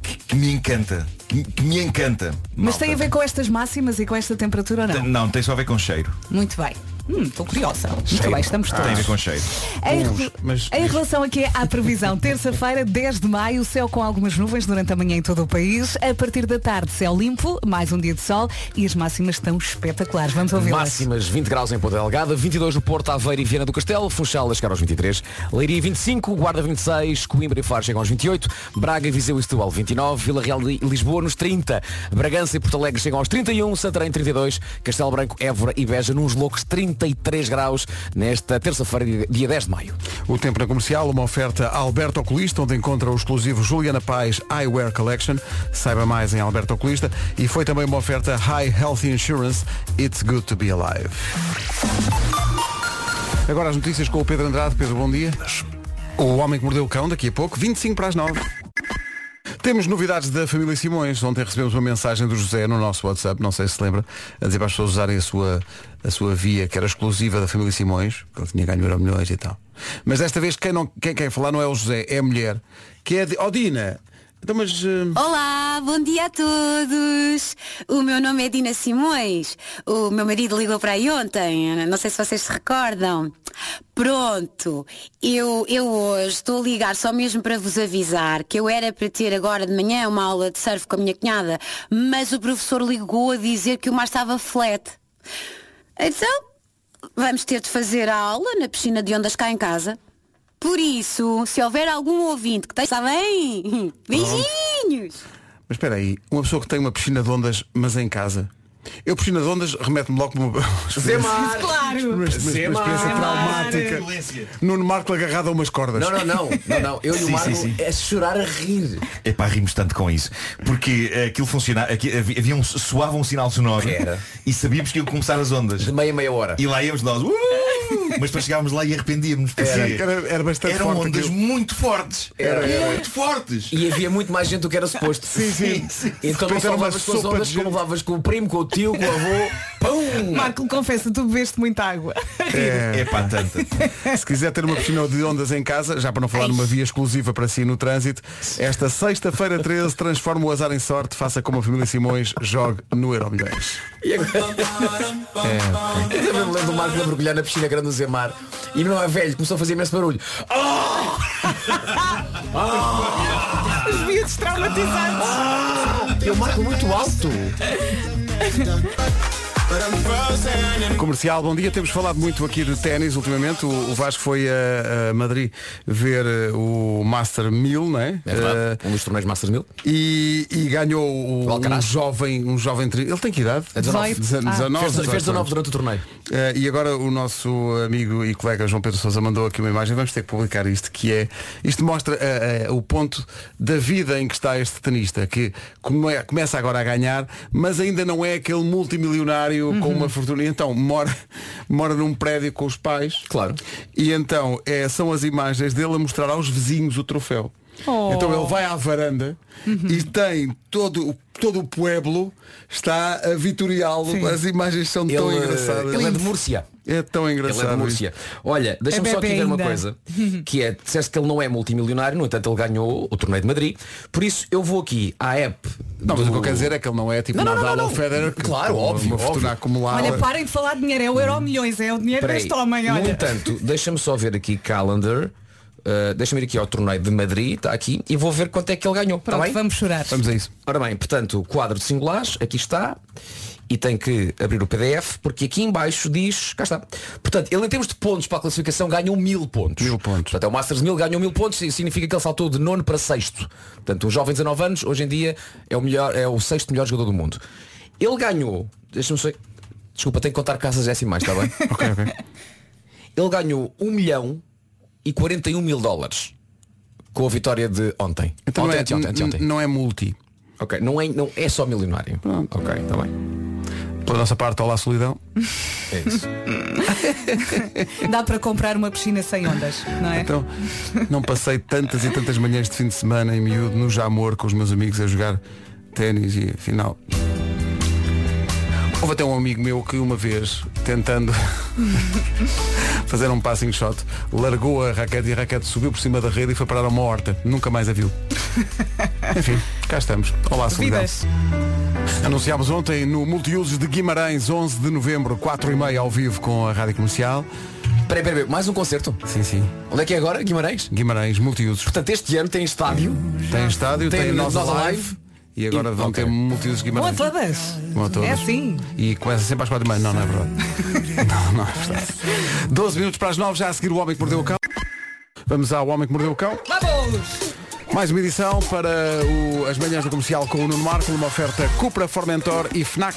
Speaker 7: que, que me encanta. Que, que me encanta.
Speaker 2: Mas
Speaker 7: malta.
Speaker 2: tem a ver com estas máximas e com esta temperatura ou não?
Speaker 7: Não, tem só a ver com cheiro.
Speaker 2: Muito bem. Hum, estou curiosa. Muito bem, estamos todos.
Speaker 7: Tem a ver com cheiro.
Speaker 2: Em,
Speaker 1: Uns,
Speaker 2: re-
Speaker 1: mas-
Speaker 2: em relação aqui é à previsão, terça-feira, 10 de maio, céu com algumas nuvens durante a manhã em todo o país. A partir da tarde, céu limpo, mais um dia de sol e as máximas estão espetaculares. Vamos ouvi-las.
Speaker 6: Máximas 20 graus em Ponta Delgada, 22 no Porto, Aveiro e Viana do Castelo, Funchal a chegar aos 23, Leiria 25, Guarda 26, Coimbra e Faro chegam aos 28, Braga, Viseu e Setúbal 29, Vila Real e Lisboa nos 30, Bragança e Porto Alegre chegam aos 31, Santarém 32, Castelo Branco, Évora e Beja nos loucos 33 graus nesta terça-feira, dia- dia 10 de maio.
Speaker 1: O tempo na comercial, uma oferta a Alberto Oculista, onde encontra o exclusivo Juliana Paz Eyewear Collection. Saiba mais em Alberto Oculista. E foi também uma oferta High Health Insurance. It's good to be alive. Agora as notícias com o Pedro Andrade. Pedro, bom dia. O Homem que Mordeu o Cão, daqui a pouco, 25 para as 9. Temos novidades da família Simões. Ontem recebemos uma mensagem do José no nosso WhatsApp, não sei se se lembra, a dizer para as pessoas usarem a sua, a sua via, que era exclusiva da família Simões, que ele tinha ganho euro milhões e tal. Mas desta vez quem, não, quem quer falar não é o José, é a mulher, que é a Di- oh, Dina. Então, mas. eh,
Speaker 8: Olá, bom dia a todos. O meu nome é Dina Simões. O meu marido ligou para aí ontem. Não sei se vocês se recordam. Pronto, eu, eu hoje estou a ligar só mesmo para vos avisar que eu era para ter agora de manhã uma aula de surf com a minha cunhada, mas o professor ligou a dizer que o mar estava flat. Então, vamos ter de fazer a aula na piscina de ondas cá em casa. Por isso, se houver algum ouvinte que tem, está bem? Beijinhos!
Speaker 1: Mas espera aí, uma pessoa que tem uma piscina de ondas, mas é em casa. Eu piscina de ondas remete-me logo para uma
Speaker 6: Zemar!
Speaker 2: Claro!
Speaker 1: uma experiência
Speaker 6: Zemar!
Speaker 1: traumática. Nuno Marco agarrado a umas cordas.
Speaker 6: Não, não, não, não, não. Eu e o
Speaker 7: Sim,
Speaker 6: Marco
Speaker 7: sim, sim.
Speaker 6: é chorar a rir.
Speaker 7: Epá, rimos tanto com isso. Porque eh, aquilo funcionava, aqui- havia havia um, soava um sinal sonoro
Speaker 6: Era.
Speaker 7: e sabíamos que iam começar as ondas.
Speaker 6: De meia meia hora.
Speaker 7: E lá íamos nós, "Uh!" mas depois chegávamos lá e arrependíamos. porque
Speaker 1: Era- era- era bastante
Speaker 7: eram
Speaker 1: forte
Speaker 7: ondas
Speaker 1: aquilo.
Speaker 7: muito fortes.
Speaker 6: Era, era.
Speaker 7: muito fortes.
Speaker 6: E havia muito mais gente do que era suposto. Sim,
Speaker 7: sim. sim.
Speaker 6: Então não
Speaker 1: Depois
Speaker 6: só
Speaker 1: era uma
Speaker 6: levavas com as
Speaker 1: sopa de
Speaker 6: ondas,
Speaker 1: gente.
Speaker 6: como levavas com o primo, com o tio, com o avô. Pum!
Speaker 2: Marco, confessa, tu bebeste muita água.
Speaker 1: É,
Speaker 7: Epá, tanta.
Speaker 1: se quiser ter uma piscina de ondas em casa, já para não falar numa via exclusiva para si no trânsito, esta sexta-feira 13 transforma o azar em sorte, faça como a família Simões, jogue no Euro Milhões.
Speaker 6: Eu também me lembro do Marco a mergulhar na piscina grande do Zemar. E não é velho, começou a fazer imenso barulho.
Speaker 2: Os miúdos traumatizados.
Speaker 6: E o Ah! Marco muito alto.
Speaker 1: Comercial, bom dia. Temos falado muito aqui de ténis ultimamente. O, o Vasco foi a, a Madrid ver eh, o Master 1000, não é? Eh,
Speaker 6: um dos torneios Masters 1000.
Speaker 1: e, e ganhou o-
Speaker 6: O
Speaker 1: um
Speaker 6: Alcaraz.
Speaker 1: jovem, um jovem tri... Ele tem que idade?
Speaker 6: 19.
Speaker 1: Dezen-
Speaker 2: Ah.
Speaker 1: 19,
Speaker 6: Fez, fez
Speaker 1: 18 anos.
Speaker 6: 19 durante o torneio.
Speaker 1: Eh, e agora o nosso amigo e colega João Pedro Sousa mandou aqui uma imagem, vamos ter que publicar isto, que é, isto mostra eh, eh, o ponto da vida em que está este tenista, que come- começa agora a ganhar, mas ainda não é aquele multimilionário com
Speaker 2: Uhum.
Speaker 1: uma fortuna. E então mora, mora num prédio com os pais.
Speaker 6: Claro.
Speaker 1: E então eh, são as imagens dele a mostrar aos vizinhos o troféu.
Speaker 2: Oh. Uhum.
Speaker 1: Então ele vai à varanda e tem todo, o- todo o pueblo está a vitoriá-lo.
Speaker 2: Sim.
Speaker 1: As imagens são
Speaker 6: Ele,
Speaker 1: tão engraçadas.
Speaker 6: ele é de Múrcia.
Speaker 1: É tão
Speaker 6: Ele
Speaker 1: engraçado.
Speaker 6: é de Múrcia. Olha, deixa-me
Speaker 2: É
Speaker 6: só aqui
Speaker 2: bebê
Speaker 6: ver uma
Speaker 2: ainda.
Speaker 6: coisa, que é, disseste que ele não é multimilionário, no entanto ele ganhou o torneio de Madrid, por isso eu vou aqui à app.
Speaker 1: isso. Não, mas
Speaker 6: do-
Speaker 1: o que eu quero dizer é que ele não é tipo
Speaker 6: Não, não,
Speaker 1: Nadal
Speaker 6: não, não,
Speaker 1: ou
Speaker 6: não.
Speaker 1: Federer. que
Speaker 6: Claro,
Speaker 1: com
Speaker 6: óbvio,
Speaker 1: Uma
Speaker 6: óbvio.
Speaker 1: fortuna acumulada.
Speaker 2: Olha, parem de falar de dinheiro, é o euro milhões, é o dinheiro
Speaker 6: Peraí,
Speaker 2: deste homem,
Speaker 6: No
Speaker 2: olha.
Speaker 6: entanto, deixa-me só ver aqui calendar. Uh, deixa-me ir aqui ao torneio de Madrid, está aqui, e vou ver quanto é que ele ganhou. tá
Speaker 2: Pronto,
Speaker 6: bem?
Speaker 2: vamos chorar.
Speaker 1: Vamos a isso.
Speaker 6: Ora bem, portanto, o quadro de singulares, aqui está, e tem que abrir o PDF, porque aqui em baixo diz, cá está. Portanto, ele em termos de pontos para a classificação ganhou mil pontos.
Speaker 1: Mil pontos.
Speaker 6: Portanto, é o Masters 1000 ganhou mil pontos e significa que ele saltou de nono para sexto. Portanto, um jovem de 19 anos, hoje em dia, é o, melhor, é o sexto melhor jogador do mundo. Ele ganhou, deixa-me só... Desculpa, tenho que contar é casas decimais, está tá bem?
Speaker 1: Ok, ok.
Speaker 6: Ele ganhou 1 milhão e 41 mil dólares com a vitória de ontem.
Speaker 1: Então
Speaker 6: ontem,
Speaker 1: não, é,
Speaker 6: ontem, ontem, ontem, ontem.
Speaker 1: n- Ah. não é multi.
Speaker 6: Ok, não é, não é só milionário. Ok, está bem.
Speaker 1: Pela nossa parte, olá solidão.
Speaker 6: É isso.
Speaker 2: Dá para comprar uma piscina sem ondas, não é?
Speaker 1: Então, não passei tantas e tantas manhãs de fim de semana em miúdo no Jamor com os meus amigos a jogar ténis e afinal. Houve até um amigo meu que uma vez, tentando fazer um passing shot, largou a raquete e a raquete subiu por cima da rede e foi parar a uma horta. Nunca mais a viu. Enfim, cá estamos. Olá, solidão.
Speaker 2: Vidas.
Speaker 1: Anunciámos ontem no Multiusos de Guimarães, 11 de novembro, 4 e meia ao vivo com a Rádio Comercial.
Speaker 6: Peraí, peraí, peraí, mais um concerto.
Speaker 1: Sim, sim.
Speaker 6: Onde é que é agora? Guimarães?
Speaker 1: Guimarães, Multiusos.
Speaker 6: Portanto, este ano tem estádio.
Speaker 1: Tem estádio, tem,
Speaker 6: Tem
Speaker 1: a nossa
Speaker 6: nossa
Speaker 1: live.
Speaker 6: live.
Speaker 1: E agora
Speaker 6: E-
Speaker 1: vão
Speaker 6: ok.
Speaker 1: ter multiusos
Speaker 2: Bom
Speaker 1: Guimarães.
Speaker 2: a todas.
Speaker 1: Bom a todas.
Speaker 2: É assim.
Speaker 1: E começa sempre às quatro e meia. Não, não é verdade. não, não é verdade. 12 minutos para as nove já a seguir o Homem que Mordeu o Cão. Vamos ao Homem que Mordeu o Cão.
Speaker 2: Vamos!
Speaker 1: Mais uma edição para o- as manhãs do comercial com o Nuno Marco, uma oferta Cupra Formentor e FNAC.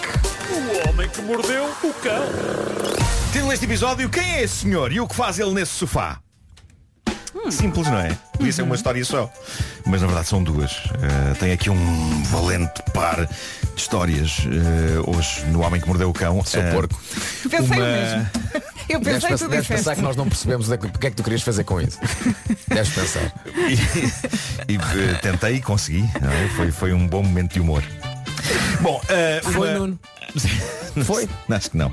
Speaker 7: Título deste episódio, quem é esse senhor e o que faz ele nesse sofá?
Speaker 6: Hum.
Speaker 7: Simples, não é? Podia
Speaker 6: Uhum.
Speaker 7: ser uma história só. Mas na verdade são duas. Eh, tem aqui um valente par de histórias. eh, hoje, no Homem que Mordeu o Cão.
Speaker 6: Seu
Speaker 7: eh,
Speaker 6: porco.
Speaker 2: Pensei o
Speaker 7: Uma-
Speaker 2: mesmo. Eu
Speaker 6: Deves,
Speaker 2: pensei
Speaker 6: pens-
Speaker 2: tudo
Speaker 6: deves
Speaker 2: isso.
Speaker 6: pensar que nós não percebemos o que o que é que tu querias fazer com isso. deves pensar.
Speaker 7: e, e, eh, tentei e consegui. não é? Foi, foi um bom momento de humor. Bom, eh, uma-
Speaker 6: Foi, Nuno. Foi?
Speaker 7: Acho que não.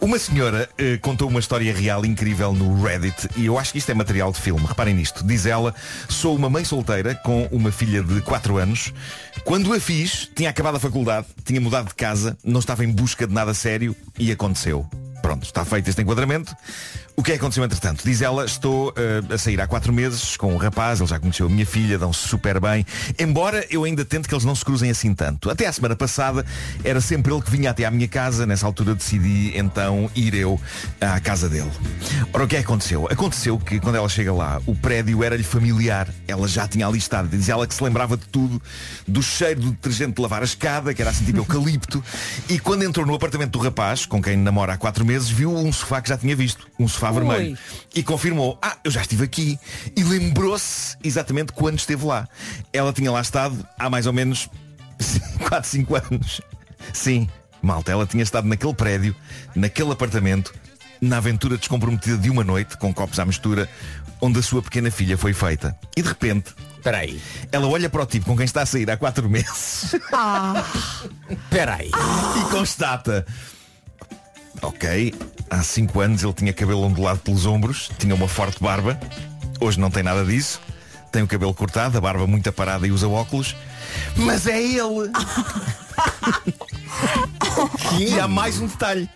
Speaker 7: Uma senhora eh, contou uma história real incrível no Reddit e eu acho que isto é material de filme. Reparem nisto. Diz ela, sou uma mãe solteira com uma filha de 4 anos. Quando a fiz, tinha acabado a faculdade, tinha mudado de casa, não estava em busca de nada sério e aconteceu. Pronto. Pronto, está feito este enquadramento. O que é que aconteceu entretanto? Diz ela, estou eh, a sair há quatro meses com um rapaz, ele já conheceu a minha filha, dão-se super bem, embora eu ainda tente que eles não se cruzem assim tanto. Até à semana passada era sempre ele que vinha até à minha casa, nessa altura decidi então ir eu à casa dele. Ora, o que é que aconteceu? Aconteceu que quando ela chega lá, o prédio era-lhe familiar, ela já tinha ali estado, diz ela que se lembrava de tudo, do cheiro do detergente de lavar a escada, que era assim tipo eucalipto, e quando entrou no apartamento do rapaz, com quem namora há quatro meses, viu um sofá que já tinha visto, um sofá vermelho, e confirmou, ah, eu já estive aqui, e lembrou-se exatamente quando esteve lá. Ela tinha lá estado há mais ou menos 4, 5 anos. Sim, malta, ela tinha estado naquele prédio, naquele apartamento, na aventura descomprometida de uma noite, com copos à mistura, onde a sua pequena filha foi feita. E de repente,
Speaker 6: Peraí.
Speaker 7: ela olha para o tipo com quem está a sair há quatro meses
Speaker 6: Peraí.
Speaker 7: e constata. Ok, há cinco anos ele tinha cabelo ondulado pelos ombros, tinha uma forte barba, hoje não tem nada disso, tem o cabelo cortado, a barba muito aparada e usa óculos, mas é ele! e há mais um detalhe,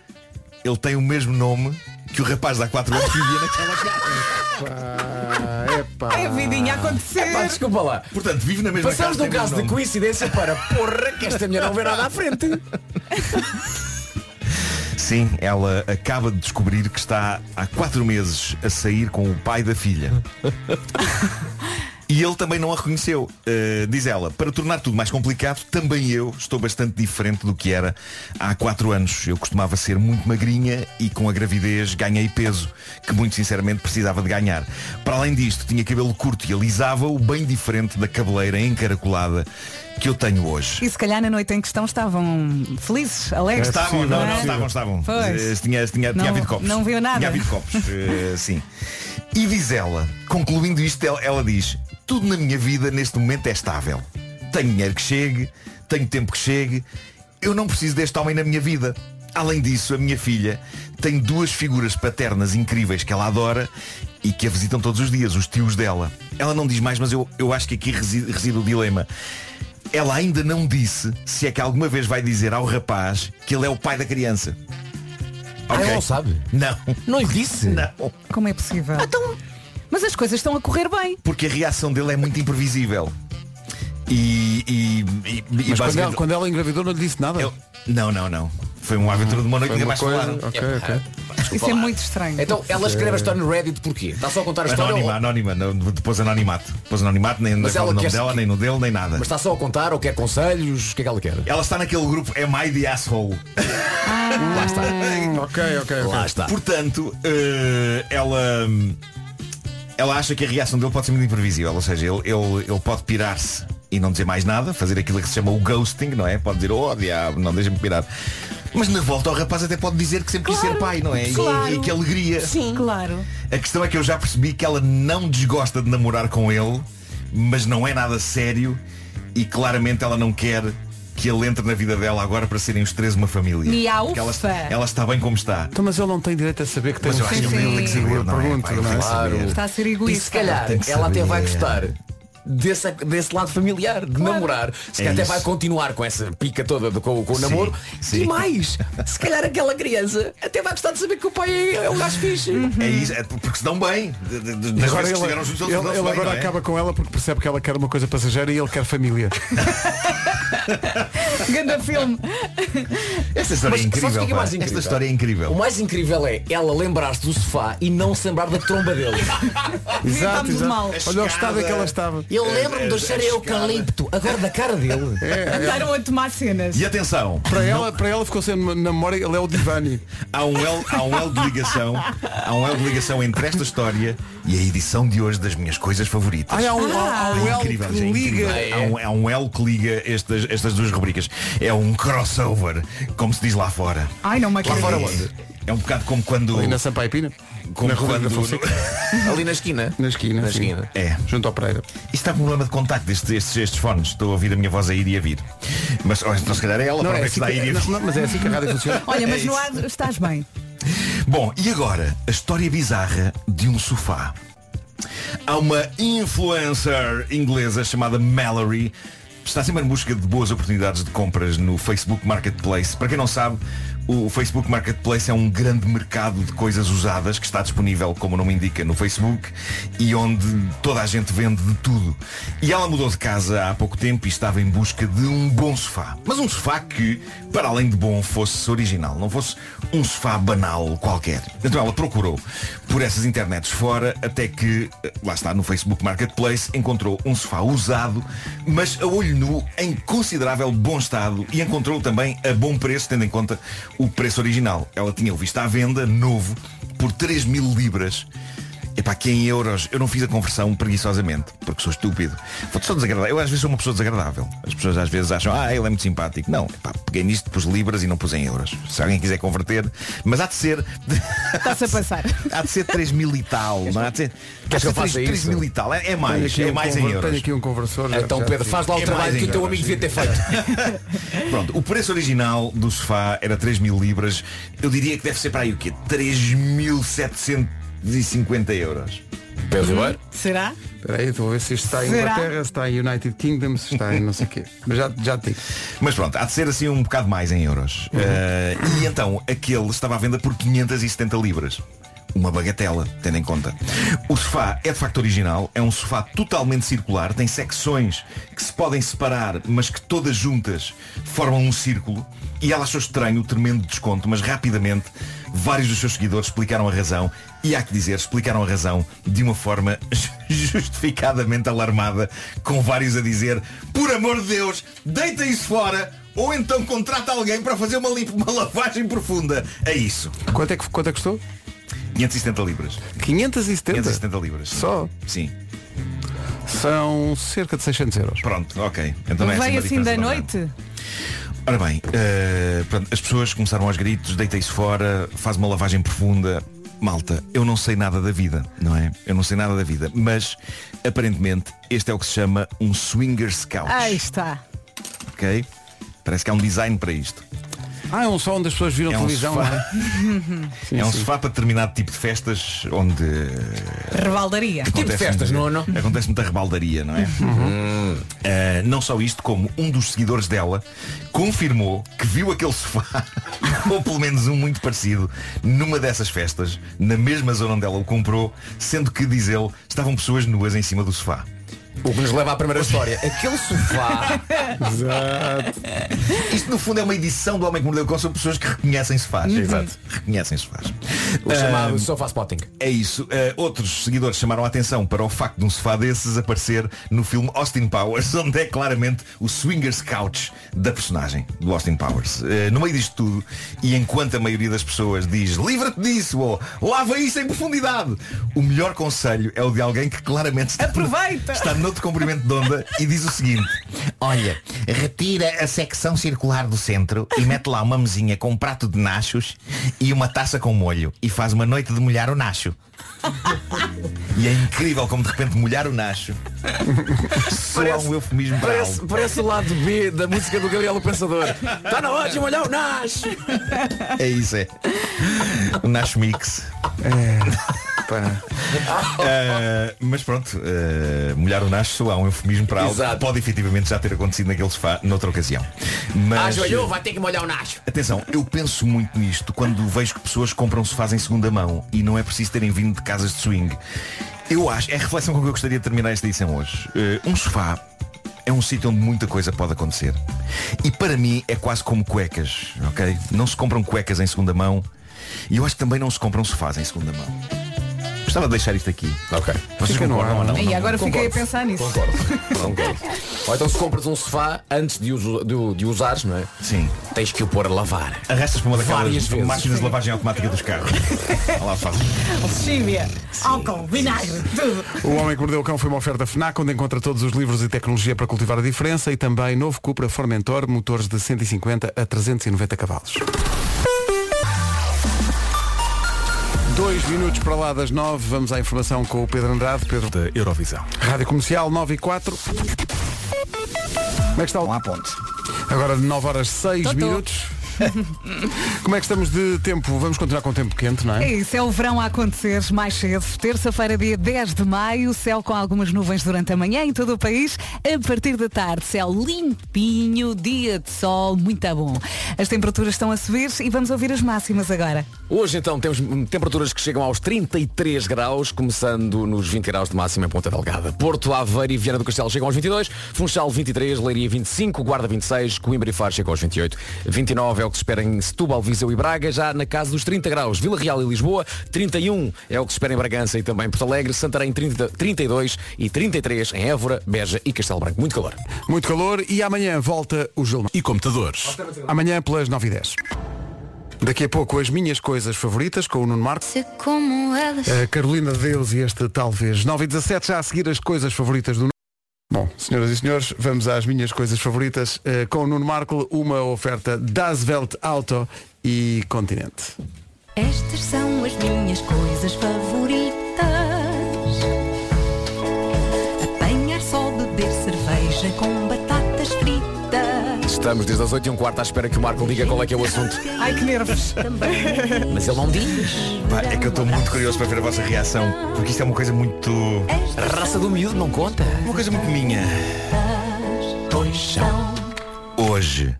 Speaker 7: ele tem o mesmo nome que o rapaz de há quatro anos que vivia naquela casa.
Speaker 2: É a vidinha a acontecer.
Speaker 6: Pá, desculpa lá.
Speaker 7: Portanto, vive na mesma
Speaker 6: Passamos de
Speaker 7: casa.
Speaker 6: um
Speaker 7: tem o
Speaker 6: caso de
Speaker 7: mesmo nome.
Speaker 6: coincidência para porra que esta mulher não vê nada à frente.
Speaker 7: Sim, ela acaba de descobrir que está há quatro meses a sair com o pai da filha. E ele também não a reconheceu. Uh, diz ela, para tornar tudo mais complicado, também eu estou bastante diferente do que era há quatro anos. Eu costumava ser muito magrinha e com a gravidez ganhei peso, que muito sinceramente precisava de ganhar. Para além disto, tinha cabelo curto e alisava-o bem diferente da cabeleira encaracolada que eu tenho hoje.
Speaker 2: E se calhar na noite em questão estavam felizes, alegres.
Speaker 7: Estavam, não,
Speaker 2: é?
Speaker 7: não, estavam, estavam.
Speaker 2: Pois.
Speaker 7: Eh, Tinha, tinha,
Speaker 2: Não-
Speaker 7: tinha havido copos.
Speaker 2: não viu nada.
Speaker 7: Tinha havido copos, eh, sim. E diz ela, concluindo isto, ela, ela diz, tudo na minha vida neste momento é estável. Tenho dinheiro que chegue, tenho tempo que chegue, eu não preciso deste homem na minha vida. Além disso, a minha filha tem duas figuras paternas incríveis que ela adora e que a visitam todos os dias, os tios dela. Ela não diz mais, mas eu, eu acho que aqui reside- reside o dilema. Ela ainda não disse se é que alguma vez vai dizer ao rapaz que ele é o pai da criança.
Speaker 6: Ah,
Speaker 7: Ok.
Speaker 6: ele não sabe.
Speaker 7: Não,
Speaker 6: Não lhe disse.
Speaker 7: não.
Speaker 2: Como é possível? Então... Mas as coisas estão a correr bem.
Speaker 7: Porque a reação dele é muito imprevisível. E, e, e, e
Speaker 1: Mas quando ela,
Speaker 7: basicamente-
Speaker 1: quando ela engravidou não lhe disse nada.
Speaker 7: ele- Não, não, não. Foi uma aventura de uma noite
Speaker 1: Foi
Speaker 7: nunca
Speaker 1: uma
Speaker 7: mais
Speaker 1: coisa-
Speaker 7: falaram.
Speaker 1: ok,
Speaker 6: É,
Speaker 1: ok.
Speaker 6: pá, desculpa
Speaker 2: Isso é
Speaker 6: lá.
Speaker 2: muito estranho.
Speaker 6: Então ela escreve a história no Reddit porquê? Está só a contar a história
Speaker 7: Anónima,
Speaker 6: ou...
Speaker 7: anónima, não, depois anonimato. Depois anonimato, nem não
Speaker 6: Mas
Speaker 7: fala o
Speaker 6: ela
Speaker 7: nome
Speaker 6: quer-
Speaker 7: dela, nem no dele, nem nada.
Speaker 1: tá-
Speaker 6: Mas está só a contar ou quer conselhos? O que é que ela quer?
Speaker 7: Ela está naquele grupo Am I the Asshole?
Speaker 6: Lá está.
Speaker 1: Ok, ok, ok.
Speaker 6: Lá está.
Speaker 7: Portanto, eh, ela. Ela acha que a reação dele pode ser muito imprevisível, ou seja, ele, ele, ele pode pirar-se e não dizer mais nada, fazer aquilo que se chama o ghosting, não é? Pode dizer, oh diabo, não deixa-me pirar. Mas na volta o rapaz até pode dizer que sempre quis ser pai, não é? E-
Speaker 2: claro.
Speaker 7: E, que alegria.
Speaker 2: Sim. Claro.
Speaker 7: A questão é que eu já percebi que ela não desgosta de namorar com ele, mas não é nada sério e claramente ela não quer que ele entre na vida dela agora para serem os três uma família.
Speaker 2: Miau,
Speaker 7: Porque ela,
Speaker 2: ufa.
Speaker 7: ela está bem como está.
Speaker 1: Então, mas ele não tem direito a saber que tem
Speaker 7: Mas eu
Speaker 1: um
Speaker 7: acho
Speaker 1: filho.
Speaker 7: que ele
Speaker 2: sim.
Speaker 7: tem que saber, não é?
Speaker 1: Pergunto,
Speaker 7: Pá, ele
Speaker 1: não
Speaker 7: tem
Speaker 1: é?
Speaker 7: que saber.
Speaker 6: Claro.
Speaker 2: Está a ser
Speaker 6: E
Speaker 2: egoísta.
Speaker 6: se calhar
Speaker 7: Tem que
Speaker 6: ela até
Speaker 7: saber.
Speaker 6: vai gostar desse, desse lado familiar, de namorar. Se calhar
Speaker 7: É
Speaker 6: até
Speaker 7: isso.
Speaker 6: vai continuar com essa pica toda do- com, com o
Speaker 7: Sim,
Speaker 6: namoro.
Speaker 7: sim.
Speaker 6: E mais, se calhar aquela criança até vai gostar de saber que o pai é, é um gajo fixe.
Speaker 7: É isso, é porque se dão bem. De- de- de-
Speaker 1: E
Speaker 7: Das
Speaker 1: Agora
Speaker 7: vezes que
Speaker 1: ele,
Speaker 7: estiveram juntos,
Speaker 1: ele-
Speaker 7: eles dão-se
Speaker 1: ele
Speaker 7: bem,
Speaker 1: agora
Speaker 7: não é?
Speaker 1: acaba com ela porque percebe que ela quer uma coisa passageira e ele quer família.
Speaker 2: Ganda filme.
Speaker 7: Esta história
Speaker 6: Mas
Speaker 7: é
Speaker 6: sabes o que é
Speaker 7: incrível,
Speaker 6: que é mais
Speaker 7: pá.
Speaker 6: incrível?
Speaker 7: Esta história é
Speaker 6: O
Speaker 7: incrível.
Speaker 6: mais incrível é ela lembrar-se do sofá e não se lembrar da tromba dele.
Speaker 2: Exato, exato. mal.
Speaker 1: Olha o estado em que ela estava.
Speaker 6: Eu lembro-me do cheiro a eucalipto, agora da cara dele.
Speaker 2: Andaram a tomar cenas.
Speaker 7: E atenção,
Speaker 1: Para ela, para ela ficou sendo na memória, ele é o Divani.
Speaker 7: há um, L, há um L de ligação Há um L de ligação entre esta história E a edição de hoje das minhas coisas favoritas
Speaker 1: Ah, há um, há- há um
Speaker 7: É
Speaker 1: L
Speaker 7: incrível,
Speaker 1: que
Speaker 7: é incrível.
Speaker 1: liga.
Speaker 7: Há um, há um L que liga estas, estas duas rubricas É um crossover Como se diz lá fora
Speaker 2: Ai, não me
Speaker 7: Lá fora
Speaker 2: acredito.
Speaker 7: onde? É um bocado como quando
Speaker 1: Ali na Sampaio Pina.
Speaker 7: como
Speaker 1: na Rodrigo da
Speaker 7: quando-
Speaker 1: Fonseca.
Speaker 6: É. Ali na esquina.
Speaker 1: Na esquina.
Speaker 6: Na
Speaker 1: sim.
Speaker 6: esquina.
Speaker 7: É.
Speaker 1: Junto ao Pereira.
Speaker 7: Isto está com um problema de contacto destes, estes, estes fones. Estou a ouvir a minha voz a ir e a vir. Mas ou então, se calhar é ela
Speaker 1: Não,
Speaker 7: própria
Speaker 1: é
Speaker 7: que
Speaker 1: assim
Speaker 7: está a ir
Speaker 1: que,
Speaker 7: e a
Speaker 1: não,
Speaker 7: vir.
Speaker 1: não, mas é assim que a rádio funciona.
Speaker 2: Olha, mas no ar estás bem.
Speaker 7: Bom, e agora a história bizarra de um sofá. Há uma influencer inglesa chamada Mallory. Está sempre em busca de boas oportunidades de compras no Facebook Marketplace. Para quem não sabe, O Facebook Marketplace é um grande mercado de coisas usadas que está disponível, como o nome indica, no Facebook e onde toda a gente vende de tudo. E ela mudou de casa há pouco tempo e estava em busca de um bom sofá. Mas um sofá que, para além de bom, fosse original, não fosse um sofá banal qualquer. Então ela procurou por essas internets fora até que, eh, lá está, no Facebook Marketplace, encontrou um sofá usado, mas a olho nu, em considerável bom estado e encontrou também a bom preço, tendo em conta o preço original. Ela tinha o visto à venda, novo, por 3 mil libras. Epá, que em euros eu não fiz a conversão preguiçosamente, porque sou estúpido. Vou só desagradável. Eu às vezes sou uma pessoa desagradável. As pessoas às vezes acham, ah, ele é muito simpático. Não, epá, peguei nisto, pus libras e não pus em euros. Se alguém quiser converter, mas há de ser.
Speaker 2: Está-se a passar.
Speaker 7: Há de ser 3 mil e tal, não é? Há de ser,
Speaker 6: Queres que eu faça
Speaker 7: 3
Speaker 6: isso?
Speaker 7: mil e tal. É, é
Speaker 1: Tenho
Speaker 7: mais,
Speaker 1: aqui
Speaker 7: é
Speaker 1: um
Speaker 7: mais em
Speaker 1: conver-
Speaker 7: euros.
Speaker 1: Tenho aqui um conversor. já-
Speaker 6: Então
Speaker 1: já
Speaker 6: Pedro,
Speaker 1: tive.
Speaker 6: faz lá o
Speaker 7: É mais
Speaker 6: trabalho
Speaker 7: em
Speaker 6: que o teu
Speaker 7: euros,
Speaker 6: amigo devia ter feito.
Speaker 1: um
Speaker 7: Pronto, o preço original do sofá era 3 mil libras. Eu diria que deve ser para aí o quê? 3.750 euros.
Speaker 6: Pedro Ribeiro?
Speaker 2: Será?
Speaker 1: Espera aí, vou ver se isto está em
Speaker 2: Será?
Speaker 1: Inglaterra, se está em United Kingdom, se está em não sei o quê. Mas já, já te digo.
Speaker 7: Mas pronto, há de ser assim um bocado mais em euros. Eh, e então, aquele estava à venda por 570 libras. Uma bagatela, tendo em conta. O sofá é de facto original, é um sofá totalmente circular, tem secções que se podem separar, mas que todas juntas formam um círculo. E ela achou estranho o tremendo desconto, mas rapidamente vários dos seus seguidores explicaram a razão. E há que dizer, explicaram a razão de uma forma justificadamente alarmada, com vários a dizer, por amor de Deus, deita isso fora, ou então contrata alguém para fazer uma, limpa, uma lavagem profunda. É isso.
Speaker 1: Quanto é que, quanto é que custou?
Speaker 7: 570 libras.
Speaker 1: 570?
Speaker 7: 570 libras.
Speaker 1: Só?
Speaker 7: Sim.
Speaker 1: São cerca de 600 euros.
Speaker 7: Pronto, ok. Então não é
Speaker 2: Veio
Speaker 7: uma
Speaker 2: assim da
Speaker 7: diferença tão grande.
Speaker 2: noite?
Speaker 7: Ora bem, eh, pronto, as pessoas começaram aos gritos, deita isso fora, faz uma lavagem profunda. Malta, eu não sei nada da vida, não é? Eu não sei nada da vida, mas aparentemente este é o que se chama um swinger's couch,
Speaker 2: Aí está.
Speaker 7: ok? Parece que há um design para isto.
Speaker 1: Ah, é um só onde as pessoas viram
Speaker 7: É um
Speaker 1: televisão.
Speaker 7: sofá.
Speaker 1: não é? Sim,
Speaker 7: é um
Speaker 1: sim.
Speaker 7: sofá para determinado tipo de festas onde
Speaker 2: Rebaldaria.
Speaker 6: tipo de
Speaker 7: acontece
Speaker 6: festas,
Speaker 7: muita-
Speaker 6: Nuno?
Speaker 7: Acontece muita rebaldaria, não é?
Speaker 6: Uhum.
Speaker 7: Ah, não só isto, como um dos seguidores dela confirmou que viu aquele sofá, ou pelo menos um muito parecido, numa dessas festas, na mesma zona onde ela o comprou, sendo que, diz ele, estavam pessoas nuas em cima do sofá.
Speaker 6: O que nos leva à primeira história. Aquele sofá.
Speaker 7: Isto, no fundo, é uma edição do Homem que Mordeu o Cão sobre pessoas que reconhecem sofás.
Speaker 6: Uhum.
Speaker 7: Exato. Reconhecem sofás.
Speaker 6: o chamado sofá spotting.
Speaker 7: É isso. Eh, outros seguidores chamaram a atenção para o facto de um sofá desses aparecer no filme Austin Powers, onde é claramente o swingers couch da personagem do Austin Powers. Eh, no meio disto tudo, e enquanto a maioria das pessoas diz livra-te disso ou lava isso em profundidade, o melhor conselho é o de alguém que claramente está,
Speaker 2: Aproveita!
Speaker 7: está noutro comprimento de onda e diz o seguinte. Olha, retira a secção circular do centro e mete lá uma mesinha com um prato de nachos e uma taça com molho e faz uma noite de molhar o nacho. E é incrível como de repente molhar o Nacho soa um eufemismo para algo.
Speaker 6: Parece, parece o lado B da música do Gabriel o Pensador. Está na hora de molhar o Nash.
Speaker 7: É isso, é. O Nacho Mix.
Speaker 6: É,
Speaker 7: Eh, mas pronto, eh, molhar o Nacho soa um eufemismo para algo.
Speaker 6: Exato.
Speaker 7: que Pode efetivamente já ter acontecido naquele sofá noutra ocasião.
Speaker 6: Ah,
Speaker 7: Mas,
Speaker 6: joelhou, vai ter que molhar o Nash.
Speaker 7: Atenção, eu penso muito nisto quando vejo que pessoas compram sofás em segunda mão e não é preciso terem vindo de casas de swing. Eu acho, é a reflexão com que eu gostaria de terminar esta edição hoje. Eh, um sofá é um sítio onde muita coisa pode acontecer. E para mim é quase como cuecas, ok? Não se compram cuecas em segunda mão e eu acho que também não se compram sofás em segunda mão. Gostava de deixar isto aqui.
Speaker 6: Ok.
Speaker 7: Vocês
Speaker 1: Fica no
Speaker 7: concordam
Speaker 1: ar.
Speaker 7: ou não?
Speaker 2: E agora fiquei a
Speaker 6: concordo.
Speaker 2: pensar nisso.
Speaker 6: Concordo. Concordo. Ou então se compras um sofá antes de, uso- de- de usares, não é?
Speaker 7: Sim.
Speaker 6: Tens que o pôr a lavar.
Speaker 7: Arrastas para uma
Speaker 6: Várias
Speaker 7: daquelas
Speaker 6: vezes.
Speaker 7: máquinas de lavagem automática dos carros. Olha lá, faz.
Speaker 2: Chívia, álcool, vinagre, tudo.
Speaker 1: O Homem que Mordeu o Cão foi uma oferta FNAC, onde encontra todos os livros e tecnologia para cultivar a diferença e também novo Cupra Formentor, motores de 150 a 390 cavalos. Dois minutos para lá das nove, vamos à informação com o Pedro Andrade. Pedro,
Speaker 9: Da Eurovisão.
Speaker 1: Rádio Comercial 9 e 4. Como é que está o...
Speaker 3: Não há ponte.
Speaker 1: Agora 9 horas 6
Speaker 2: Totó.
Speaker 1: minutos. Como é que estamos de tempo? Vamos continuar com o tempo quente, não
Speaker 2: É
Speaker 1: é?
Speaker 2: isso, é o verão a acontecer mais cedo. Terça-feira, dia 10 de maio, céu com algumas nuvens durante a manhã em todo o país. A partir da tarde, céu limpinho, dia de sol, muito bom. As temperaturas estão a subir e vamos ouvir as máximas agora.
Speaker 6: Hoje então temos hum, temperaturas que chegam aos 33 graus, começando nos 20 graus de máxima em Ponta Delgada. Porto, Aveiro e Viana do Castelo chegam aos 22, Funchal 23, Leiria 25, Guarda 26, Coimbra e Faro chegam aos 28. 29 é o que se espera em Setúbal, Viseu e Braga, já na casa dos 30 graus. Vila Real e Lisboa, 31 é o que se espera em Bragança e também Porto Alegre, Santarém 30, 32 e 33 em Évora, Beja e Castelo Branco. Muito calor.
Speaker 1: Muito calor e amanhã volta o Gilmar.
Speaker 9: e computadores.
Speaker 1: Amanhã pelas 9 e 10 Daqui a pouco as minhas coisas favoritas com o Nuno Marco.
Speaker 5: Ser como elas.
Speaker 1: A Carolina de Deus e este talvez 9 e 17 já a seguir as coisas favoritas do Nuno. Bom, senhoras e senhores, vamos às minhas coisas favoritas eh, com o Nuno Marco, uma oferta das Welt Auto e Continente.
Speaker 10: Estas são as minhas coisas favoritas. Apanhar só, beber cerveja com batatas fritas.
Speaker 6: Estamos desde as 8 e um quarto à espera que o Marco diga qual é que é o assunto.
Speaker 2: Ai, que nervos.
Speaker 6: Mas ele não diz.
Speaker 7: Pá, é que eu estou muito curioso para ver a vossa reação, porque
Speaker 3: um
Speaker 7: isto é uma coisa muito.
Speaker 6: A raça do miúdo não conta.
Speaker 7: uma coisa muito minha.
Speaker 6: Pois são.
Speaker 7: Hoje,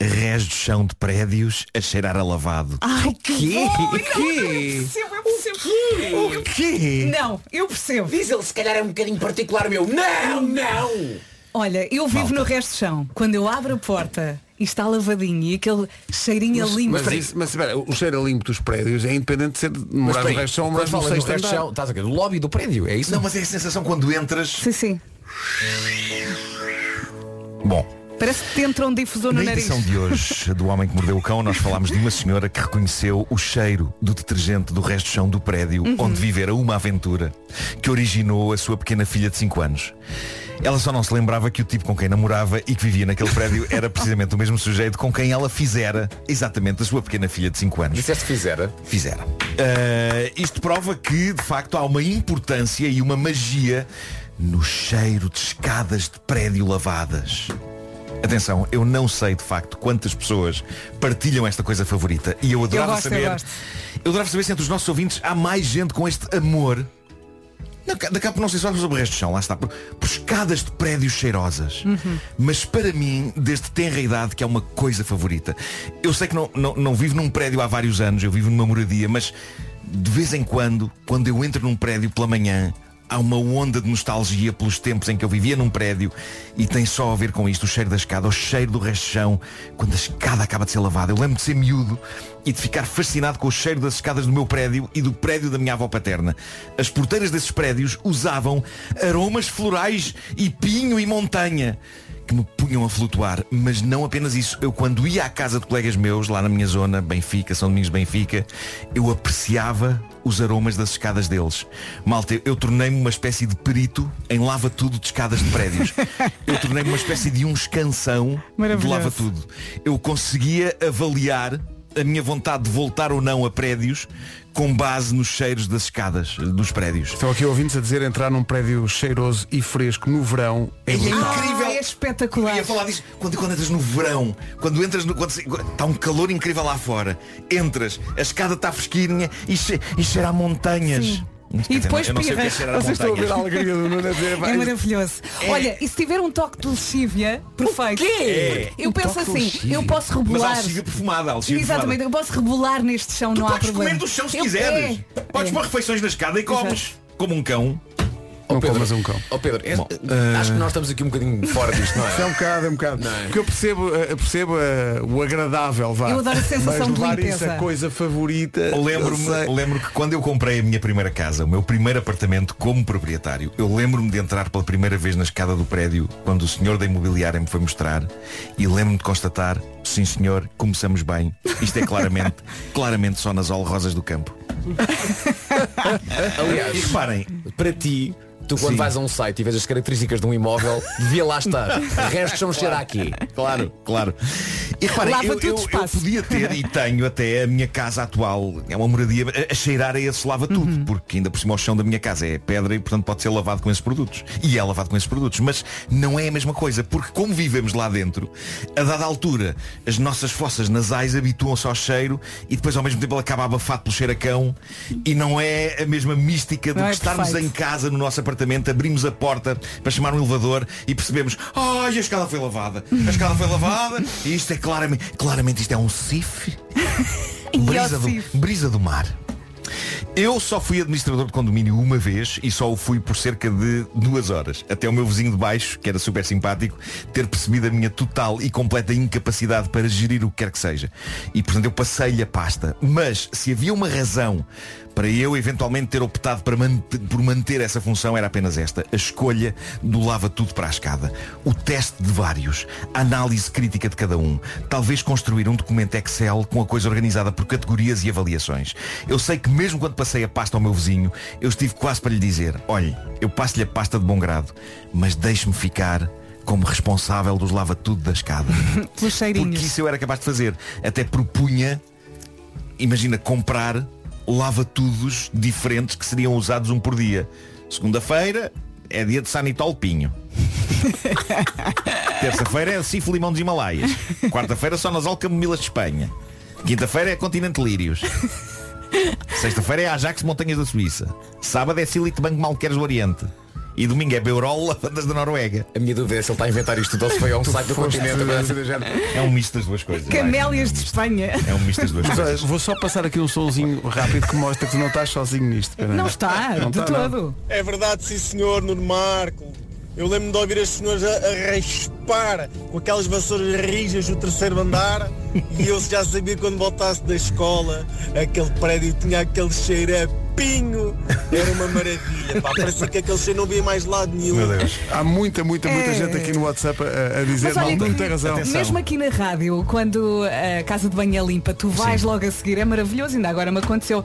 Speaker 7: res do chão de prédios a cheirar a lavado.
Speaker 6: Ai, que? que?
Speaker 2: eu percebo.
Speaker 7: O quê?
Speaker 2: Não, eu percebo.
Speaker 6: Diz ele, se calhar é um bocadinho particular meu. Não, não!
Speaker 2: Olha, eu vivo no resto do chão. Quando eu abro a porta e está lavadinho e aquele cheirinho a limpo.
Speaker 1: Mas, isso, mas espera, o cheiro a limpo dos prédios é independente de ser de morar no resto ou morar no
Speaker 6: falas
Speaker 1: sexto
Speaker 6: do resto
Speaker 1: andar.
Speaker 6: chão, estás a ver? Do lobby do prédio, é isso?
Speaker 7: Não, mas é a sensação quando entras.
Speaker 2: Sim, sim.
Speaker 7: Bom,
Speaker 2: Parece que te entra um difusor no
Speaker 7: na
Speaker 2: nariz.
Speaker 7: edição de hoje do Homem que Mordeu o Cão, nós falámos de uma senhora que reconheceu o cheiro do detergente do resto do chão do prédio onde vivera uma aventura que originou a sua pequena filha de 5 anos. Ela só não se lembrava que o tipo com quem namorava e que vivia naquele prédio era precisamente o mesmo sujeito com quem ela fizera exatamente a sua pequena filha de 5 anos
Speaker 6: Disseste fizera.
Speaker 7: fizeram. Uh, isto prova que, de facto, há uma importância e uma magia no cheiro de escadas de prédio lavadas. Atenção, eu não sei de facto quantas pessoas partilham esta coisa favorita e eu adorava
Speaker 2: gosto, eu
Speaker 7: saber.
Speaker 2: gosto.
Speaker 7: eu adorava saber se entre os nossos ouvintes há mais gente com este amor não, ca- da capa não sei só sobre o resto do chão, lá está. Por, por escadas de prédios cheirosas. Mas para mim, desde tenra idade, que é uma coisa favorita. Eu sei que não, não, não vivo num prédio há vários anos, eu vivo numa moradia, mas de vez em quando, quando eu entro num prédio pela manhã, há uma onda de nostalgia pelos tempos em que eu vivia num prédio e tem só a ver com isto, o cheiro da escada, o cheiro do resto do chão, quando a escada acaba de ser lavada. Eu lembro de ser miúdo e de ficar fascinado com o cheiro das escadas do meu prédio e do prédio da minha avó paterna. As porteiras desses prédios usavam aromas florais e pinho e montanha que me punham a flutuar, mas não apenas isso. Eu quando ia à casa de colegas meus, lá na minha zona, Benfica, São Domingos de Benfica, eu apreciava os aromas das escadas deles. Malta, eu- eu tornei-me uma espécie de perito em lava tudo de escadas de prédios. Eu tornei-me uma espécie de um escansão de
Speaker 2: Maravilhoso.
Speaker 7: lava tudo. Eu conseguia avaliar a minha vontade de voltar ou não a prédios com base nos cheiros das escadas eh, dos prédios.
Speaker 1: Estão aqui ouvintes a dizer entrar num prédio cheiroso e fresco no verão é
Speaker 7: E é
Speaker 1: brutal.
Speaker 7: incrível.
Speaker 2: Ah, é espetacular.
Speaker 7: Eu ia falar disso quando, quando entras no verão, quando entras no. Quando, se- está um calor incrível lá fora. Entras, a escada está fresquinha e, che, e cheira a montanhas.
Speaker 2: Sim.
Speaker 7: Quer dizer,
Speaker 2: E depois
Speaker 7: eu não sei o que é
Speaker 2: pirras.
Speaker 7: cheirar a
Speaker 1: Vocês estão a ver a
Speaker 7: montanhas.
Speaker 1: alegria do Nuno a dizer,
Speaker 2: É
Speaker 1: vai,
Speaker 2: maravilhoso.
Speaker 7: É.
Speaker 2: Olha, e se tiver um toque de lexívia, perfeito.
Speaker 7: quê? É. Um
Speaker 2: Eu penso
Speaker 1: toque de
Speaker 2: assim,
Speaker 1: lexívia.
Speaker 2: eu posso
Speaker 7: Mas
Speaker 2: rebolar.
Speaker 7: alxiga perfumada, alxiga
Speaker 2: Exatamente, eu posso rebolar neste chão,
Speaker 7: perfumada.
Speaker 2: não
Speaker 7: Tu
Speaker 2: há
Speaker 7: podes
Speaker 2: problema.
Speaker 7: comer do chão se
Speaker 2: Eu-
Speaker 7: quiseres.
Speaker 2: é.
Speaker 7: Podes pôr refeições na escada e comes. Como um cão.
Speaker 1: não comas um cão.
Speaker 6: Oh Pedro, é- acho que nós estamos aqui um bocadinho fora disto, não
Speaker 1: É
Speaker 6: é?
Speaker 1: um bocado, é um bocado.
Speaker 6: Não é?
Speaker 1: Porque eu percebo, eh, eu percebo eh, o agradável, vá.
Speaker 2: Eu adoro a sensação
Speaker 1: Mas
Speaker 2: de
Speaker 1: levar isso
Speaker 2: limpeza.
Speaker 1: a coisa favorita.
Speaker 7: Eu
Speaker 1: Eh, eu sei.
Speaker 7: Lembro-me lembro que quando eu comprei a minha primeira casa, o meu primeiro apartamento como proprietário, eu lembro-me de entrar pela primeira vez na escada do prédio quando o senhor da imobiliária me foi mostrar e lembro-me de constatar, sim senhor, começamos bem. Isto é claramente, claramente só nas olrosas do campo.
Speaker 6: Aliás, é?
Speaker 7: E reparem,
Speaker 6: para ti, Tu quando
Speaker 7: Sim.
Speaker 6: vais a um site e vês as características de um imóvel, devia lá estar. Restos são cheira aqui.
Speaker 7: Claro, claro. E reparem,
Speaker 2: Lava
Speaker 7: eu,
Speaker 2: tudo
Speaker 7: eu- eu
Speaker 2: espaço.
Speaker 7: podia ter e tenho até a minha casa atual. É uma moradia a, a cheirar a esse lava tudo,
Speaker 2: Uhum.
Speaker 7: porque ainda por cima o chão da minha casa é pedra e portanto pode ser lavado com esses produtos. E é lavado com esses produtos. Mas não é a mesma coisa, porque como vivemos lá dentro, a dada altura, as nossas fossas nasais habituam-se ao cheiro e depois ao mesmo tempo ele acaba abafado pelo cheiro a cão e não é a mesma mística do
Speaker 2: Não
Speaker 7: que
Speaker 2: é
Speaker 7: estarmos
Speaker 2: perfeito.
Speaker 7: em casa no nosso apartamento, abrimos a porta para chamar um elevador e percebemos, ai, a escada foi lavada, a escada foi lavada, e isto é claramente, claramente isto é um cif, brisa, do,
Speaker 2: cif.
Speaker 7: brisa do mar. Eu só fui administrador de condomínio uma vez e só o fui por cerca de duas horas. Até o meu vizinho de baixo, que era super simpático, ter percebido a minha total e completa incapacidade para gerir o que quer que seja. E portanto eu passei-lhe a pasta. Mas se havia uma razão para eu eventualmente ter optado para mante- por manter essa função era apenas esta. A escolha do lava tudo para a escada. O teste de vários. A análise crítica de cada um. Talvez construir um documento Excel com a coisa organizada por categorias e avaliações. Eu sei que mesmo quando passei a pasta ao meu vizinho, eu estive quase para lhe dizer, olhe, eu passo-lhe a pasta de bom grado, mas deixe-me ficar como responsável dos lava tudo da escada.
Speaker 2: Pelos cheirinhos.
Speaker 7: Porque isso eu era capaz de fazer. Até propunha, imagina, comprar lava-tudos diferentes que seriam usados um por dia. Segunda-feira é dia de Sanitol Pinho. Terça-feira é Cifo Limão dos Himalaias. Quarta-feira só nas Alcamomilas de Espanha. Quinta-feira é Continente Lírios. Sexta-feira é Ajax Montanhas da Suíça. Sábado é Silite Banco Malqueres do Oriente. E domingo é Beurol Lavandas da Noruega.
Speaker 6: A minha dúvida é se ele está a inventar isto tudo ou se foi a um site do continente. mas-
Speaker 7: É um misto das duas coisas.
Speaker 2: Camélias de
Speaker 7: vai.
Speaker 2: Espanha.
Speaker 7: É um misto das duas
Speaker 1: Mas, olha,
Speaker 7: coisas.
Speaker 1: vou só passar aqui um solzinho rápido que mostra que tu não estás sozinho nisto. Espera
Speaker 2: Não
Speaker 1: aí.
Speaker 2: está,
Speaker 1: Não
Speaker 2: de
Speaker 1: está, não.
Speaker 2: todo.
Speaker 9: É verdade, sim senhor, Nuno Marco. Eu lembro-me de ouvir as senhoras a, a raspar com aquelas vassouras rijas do terceiro andar e eu já sabia quando voltasse da escola aquele prédio tinha aquele cheiro a pinho. Era uma maravilha, pá, parecia que aquele cheiro não via mais de lado nenhum.
Speaker 7: Meu Deus.
Speaker 1: Há muita, muita, muita
Speaker 2: É.
Speaker 1: gente aqui no WhatsApp a, a dizer, não,
Speaker 2: que
Speaker 1: não tem razão.
Speaker 2: mesmo aqui na rádio, quando a casa de banho é limpa, tu vais logo a seguir, é maravilhoso, ainda agora me aconteceu.